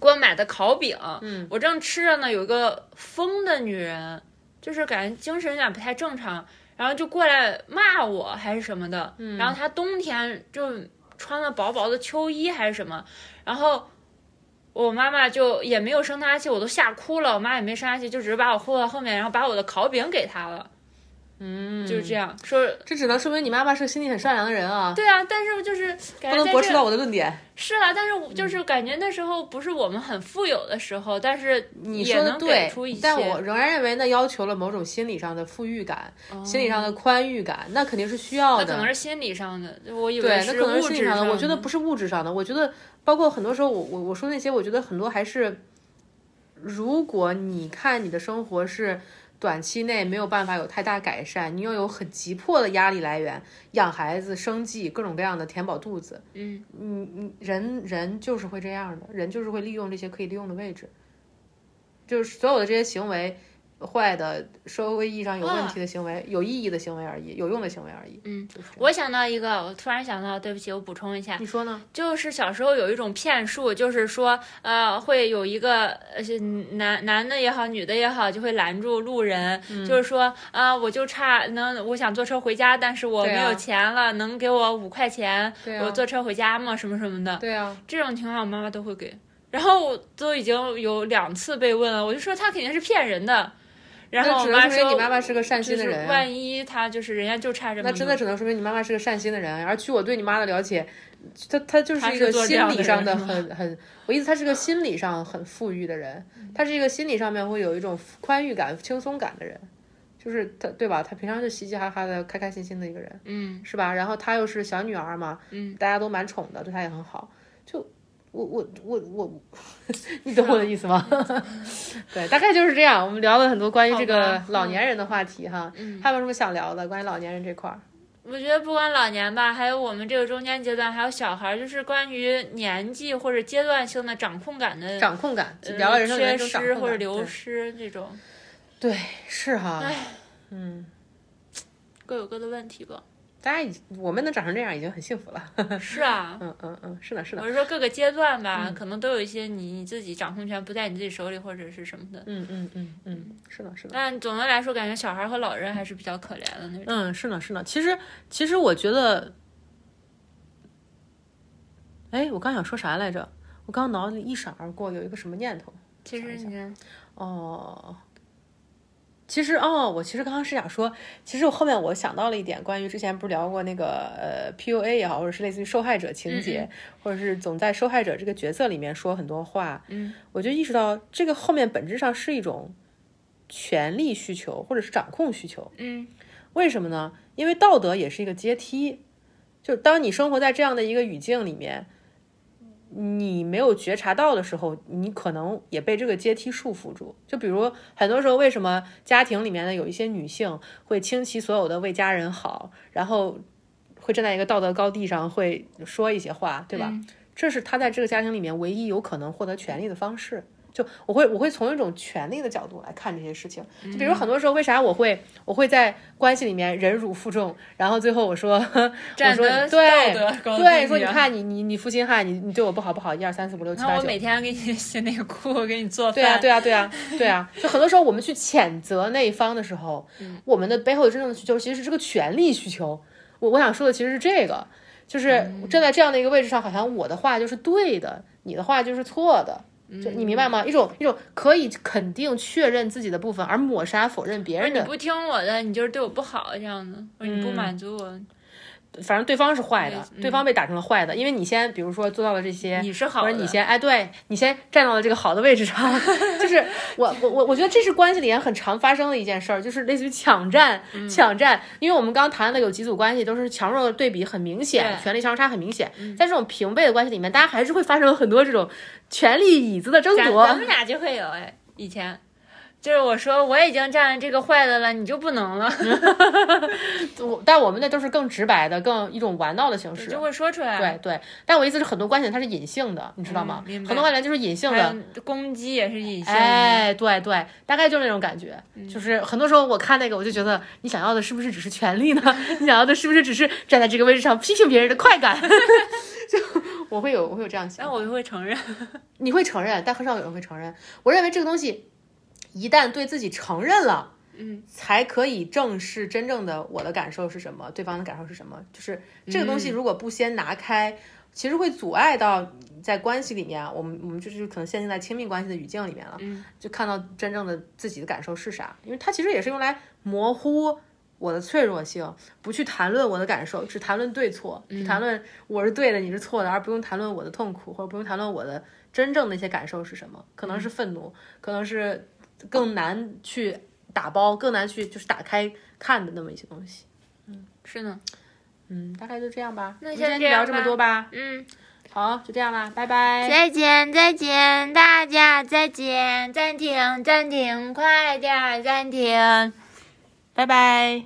[SPEAKER 1] 给我买的烤饼，
[SPEAKER 2] 嗯，
[SPEAKER 1] 我正吃着呢，有一个疯的女人，就是感觉精神有点不太正常，然后就过来骂我还是什么的，然后她冬天就穿了薄薄的秋衣还是什么，然后。我妈妈就也没有生她气，我都吓哭了。我妈也没生她气，就只是把我护到后面，然后把我的烤饼给她了。嗯，就是这样说
[SPEAKER 2] 这只能说明你妈妈是个心地很善良的人啊，
[SPEAKER 1] 对啊，但是就是感觉
[SPEAKER 2] 不能
[SPEAKER 1] 在
[SPEAKER 2] 驳斥
[SPEAKER 1] 这
[SPEAKER 2] 到我的嗯论点。
[SPEAKER 1] 是啊，但是我就是感觉那时候不是我们很富有的时候，但是
[SPEAKER 2] 你
[SPEAKER 1] 你
[SPEAKER 2] 说的
[SPEAKER 1] 能给
[SPEAKER 2] 对
[SPEAKER 1] 出一些，，
[SPEAKER 2] 但我仍然认为那要求了某种心理上的富裕感、心理上的宽裕感，那肯定是需
[SPEAKER 1] 哦
[SPEAKER 2] 要
[SPEAKER 1] 那
[SPEAKER 2] 的。
[SPEAKER 1] 可能是心理上的，就我以
[SPEAKER 2] 对
[SPEAKER 1] 为，
[SPEAKER 2] 那
[SPEAKER 1] 是
[SPEAKER 2] 可能
[SPEAKER 1] 物
[SPEAKER 2] 是心理
[SPEAKER 1] 质
[SPEAKER 2] 上
[SPEAKER 1] 的。
[SPEAKER 2] 我觉得不是物质上的，我觉得包括很多时候我，我我说那些，我觉得很多还是，如果你看你的生活是短期内没有办法有太大改善，你又有很急迫的压力来源，养孩子、生计各种各样的填饱肚子，
[SPEAKER 1] 嗯，
[SPEAKER 2] 你你人人就是会这样的，人就是会利用这些可以利用的位置，就是所有的这些行为。坏的，社会意义上有问题的行为，有意义的行为而已，有用的行为而已。
[SPEAKER 1] 啊嗯
[SPEAKER 2] 就是这样，
[SPEAKER 1] 我想到一个，我突然想到，对不起，我补充一下，
[SPEAKER 2] 你说呢？
[SPEAKER 1] 就是小时候有一种骗术，就是说，呃，会有一个呃是男男的也好，女的也好，就会拦住路人，
[SPEAKER 2] 嗯
[SPEAKER 1] 就是说，啊、我就差能，我想坐车回家，但是我
[SPEAKER 2] 对
[SPEAKER 1] 没
[SPEAKER 2] 啊
[SPEAKER 1] 有钱了，能给我五块钱，
[SPEAKER 2] 对啊
[SPEAKER 1] 我坐车回家吗？什么什么的。
[SPEAKER 2] 对啊，
[SPEAKER 1] 这种情况我妈妈都会给。然后我都已经有两次被问了，我就说她肯定是骗人的。然
[SPEAKER 2] 那
[SPEAKER 1] 后我
[SPEAKER 2] 只能说
[SPEAKER 1] 说，
[SPEAKER 2] 明你妈妈是个善心
[SPEAKER 1] 就
[SPEAKER 2] 的
[SPEAKER 1] 是
[SPEAKER 2] 人啊、
[SPEAKER 1] 万一她就是人家就差这么
[SPEAKER 2] 那真的只能说明你妈妈是个善心的人啊。而据我对你妈的了解，她她就
[SPEAKER 1] 她
[SPEAKER 2] 是一
[SPEAKER 1] 是
[SPEAKER 2] 个
[SPEAKER 1] 做这
[SPEAKER 2] 心
[SPEAKER 1] 样
[SPEAKER 2] 理
[SPEAKER 1] 的
[SPEAKER 2] 上的
[SPEAKER 1] 人吗
[SPEAKER 2] 很很，我意思她是个心理上很富裕的人，
[SPEAKER 1] 嗯
[SPEAKER 2] 她是一个心理上面会有一种宽裕感、轻松感的人，就是她对吧？她平常就嘻嘻哈哈的、开开心心的一个人，
[SPEAKER 1] 嗯
[SPEAKER 2] 是吧？然后她又是小女儿嘛，
[SPEAKER 1] 嗯，
[SPEAKER 2] 大家都蛮宠的，对她也很好，就。我我我我， 你懂我的意思吗？ 对，大概就是这样。我们聊了很多关于这
[SPEAKER 1] 好
[SPEAKER 2] 个
[SPEAKER 1] 吧
[SPEAKER 2] 老年人的话题哈，
[SPEAKER 1] 嗯，
[SPEAKER 2] 还有没有什么想聊的？关于老年人这块儿，
[SPEAKER 1] 我觉得不光老年吧，还有我们这个中间阶段，还有小孩儿，就是关于年纪或者阶段性的掌控感的
[SPEAKER 2] 掌控感，
[SPEAKER 1] 呃
[SPEAKER 2] 聊了人生里
[SPEAKER 1] 缺
[SPEAKER 2] 面这种掌
[SPEAKER 1] 失
[SPEAKER 2] 控
[SPEAKER 1] 或者
[SPEAKER 2] 感
[SPEAKER 1] 流
[SPEAKER 2] 对
[SPEAKER 1] 失这种，
[SPEAKER 2] 对，是哈，嗯，
[SPEAKER 1] 各有各的问题 吧。
[SPEAKER 2] 大家已我们能长成这样已经很幸福了。
[SPEAKER 1] 是啊，
[SPEAKER 2] 嗯嗯嗯，是的，是嗯
[SPEAKER 1] 我
[SPEAKER 2] 的，
[SPEAKER 1] 是说各个阶段吧，可能都有一些你你自己掌控权不在你自己手里或者是什么的。
[SPEAKER 2] 嗯嗯嗯嗯，是的，是的。
[SPEAKER 1] 但总的来说，感觉小孩和老人还是比较可怜的那种。
[SPEAKER 2] 嗯，是呢，是呢。其实，其实我觉得，哎，我刚想说啥来着？我刚脑子里一闪而过，有一个什么念头？
[SPEAKER 1] 其实你看，
[SPEAKER 2] 哦，其实哦，我其实刚刚是想说，其实我后面我想到了一点，关于之前不是聊过那个呃 PUA 也好，或者是类似于受害者情
[SPEAKER 1] 嗯
[SPEAKER 2] 节，或者是总在受害者这个角色里面说很多话，
[SPEAKER 1] 嗯，
[SPEAKER 2] 我就意识到这个后面本质上是一种权力需求或者是掌控需求。
[SPEAKER 1] 嗯
[SPEAKER 2] 为什么呢？因为道德也是一个阶梯，就当你生活在这样的一个语境里面，你没有觉察到的时候，你可能也被这个阶梯束缚住。就比如很多时候，为什么家庭里面的有一些女性会倾其所有的为家人好，然后会站在一个道德高地上，会说一些话，对吧？
[SPEAKER 1] 嗯
[SPEAKER 2] 这是她在这个家庭里面唯一有可能获得权利的方式。就我会我会从一种权利的角度来看这些事情。
[SPEAKER 1] 嗯
[SPEAKER 2] 就比如很多时候，为啥我会我会在关系里面忍辱负重，然后最后我说 我
[SPEAKER 1] 站
[SPEAKER 2] 说
[SPEAKER 1] 得
[SPEAKER 2] 对
[SPEAKER 1] 道德高
[SPEAKER 2] 对，
[SPEAKER 1] 地
[SPEAKER 2] 说你
[SPEAKER 1] 啊
[SPEAKER 2] 看你你你负心汉，你你对我不好不好，一二三四五六七
[SPEAKER 1] 然后
[SPEAKER 2] 八
[SPEAKER 1] 我
[SPEAKER 2] 九。
[SPEAKER 1] 每天给你 洗内裤，给你做
[SPEAKER 2] 对啊，
[SPEAKER 1] 饭，
[SPEAKER 2] 对啊，对啊，对啊！就很多时候我们去谴责那一方的时候，
[SPEAKER 1] 嗯
[SPEAKER 2] 我们的背后的真正的需求其实是这个权利需求。我我想说的其实是这个，就是
[SPEAKER 1] 嗯
[SPEAKER 2] 站在这样的一个位置上，好像我的话就是对的，你的话就是错的。
[SPEAKER 1] 嗯
[SPEAKER 2] 就你明白吗？一种一种可以肯定确认自己的部分，而抹杀否认别
[SPEAKER 1] 或
[SPEAKER 2] 人
[SPEAKER 1] 者
[SPEAKER 2] 的嗯
[SPEAKER 1] 你不听我的，你就是对我不好这样的，或者你不满足我，
[SPEAKER 2] 反正对方是坏的，
[SPEAKER 1] 嗯
[SPEAKER 2] 对方被打成了坏的，因为你先比如说做到了这些，
[SPEAKER 1] 你是好
[SPEAKER 2] 或
[SPEAKER 1] 的，
[SPEAKER 2] 者你先哎，对你先站到了这个好的位置上， 就是我我我我觉得这是关系里面很常发生的一件事儿，就是类似于抢占、
[SPEAKER 1] 嗯
[SPEAKER 2] 抢占，因为我们刚谈的有几组关系都是强弱的对比很明显，
[SPEAKER 1] 对嗯
[SPEAKER 2] 权力相差很明显，在这种平辈的关系里面，大家还是会发生很多这种权力椅子的争
[SPEAKER 1] 咱
[SPEAKER 2] 夺
[SPEAKER 1] 咱，们俩就会有哎，以前。就是我说我已经占了这个坏的了，你就不能了，
[SPEAKER 2] 我但我们那都是更直白的，更一种玩闹的形
[SPEAKER 1] 我
[SPEAKER 2] 式
[SPEAKER 1] 就。会说出来。啊
[SPEAKER 2] 对对，但我意思是很多关系它是隐性的，你知道吗？
[SPEAKER 1] 嗯明白
[SPEAKER 2] 很多关系就是隐性的，
[SPEAKER 1] 还有攻击也是隐性的，
[SPEAKER 2] 哎，对对，大概就是那种感觉，就是很多时候我看那个，我就觉得你想要的是不是只是权利呢？ 你想要的是不是只是站在这个位置上批评别人的快感？ 就我会有我会有这样想，
[SPEAKER 1] 但我就会承认。
[SPEAKER 2] 你会承认，但很少有人会承认。我认为这个东西一旦对自己承认了，
[SPEAKER 1] 嗯，
[SPEAKER 2] 才可以正视真正的我的感受是什么，对方的感受是什么。就是这个东
[SPEAKER 1] 嗯
[SPEAKER 2] 西如果不先拿开，其实会阻碍到在关系里面啊，我们我们就是可能陷进在亲密关系的语境里面了，
[SPEAKER 1] 嗯
[SPEAKER 2] 就看到真正的自己的感受是啥，因为它其实也是用来模糊。我的脆弱性，不去谈论我的感受，只谈论对错，
[SPEAKER 1] 嗯
[SPEAKER 2] 只谈论我是对的，你是错的，而不用谈论我的痛苦，或者不用谈论我的真正的一些感受是什么，可能
[SPEAKER 1] 嗯
[SPEAKER 2] 是愤怒，可能是更难去打包，更难去就是打开看的那么一些东西。
[SPEAKER 1] 是呢，
[SPEAKER 2] 嗯，大概就这样吧。
[SPEAKER 1] 那
[SPEAKER 2] 我们今
[SPEAKER 1] 先
[SPEAKER 2] 天
[SPEAKER 1] 这
[SPEAKER 2] 就聊
[SPEAKER 1] 样
[SPEAKER 2] 这么
[SPEAKER 1] 吧
[SPEAKER 2] 多吧。
[SPEAKER 1] 嗯，
[SPEAKER 2] 好，就这样啦，拜拜。
[SPEAKER 1] 再见，再见，大家再见，暂停，暂停，快点儿暂停，拜拜。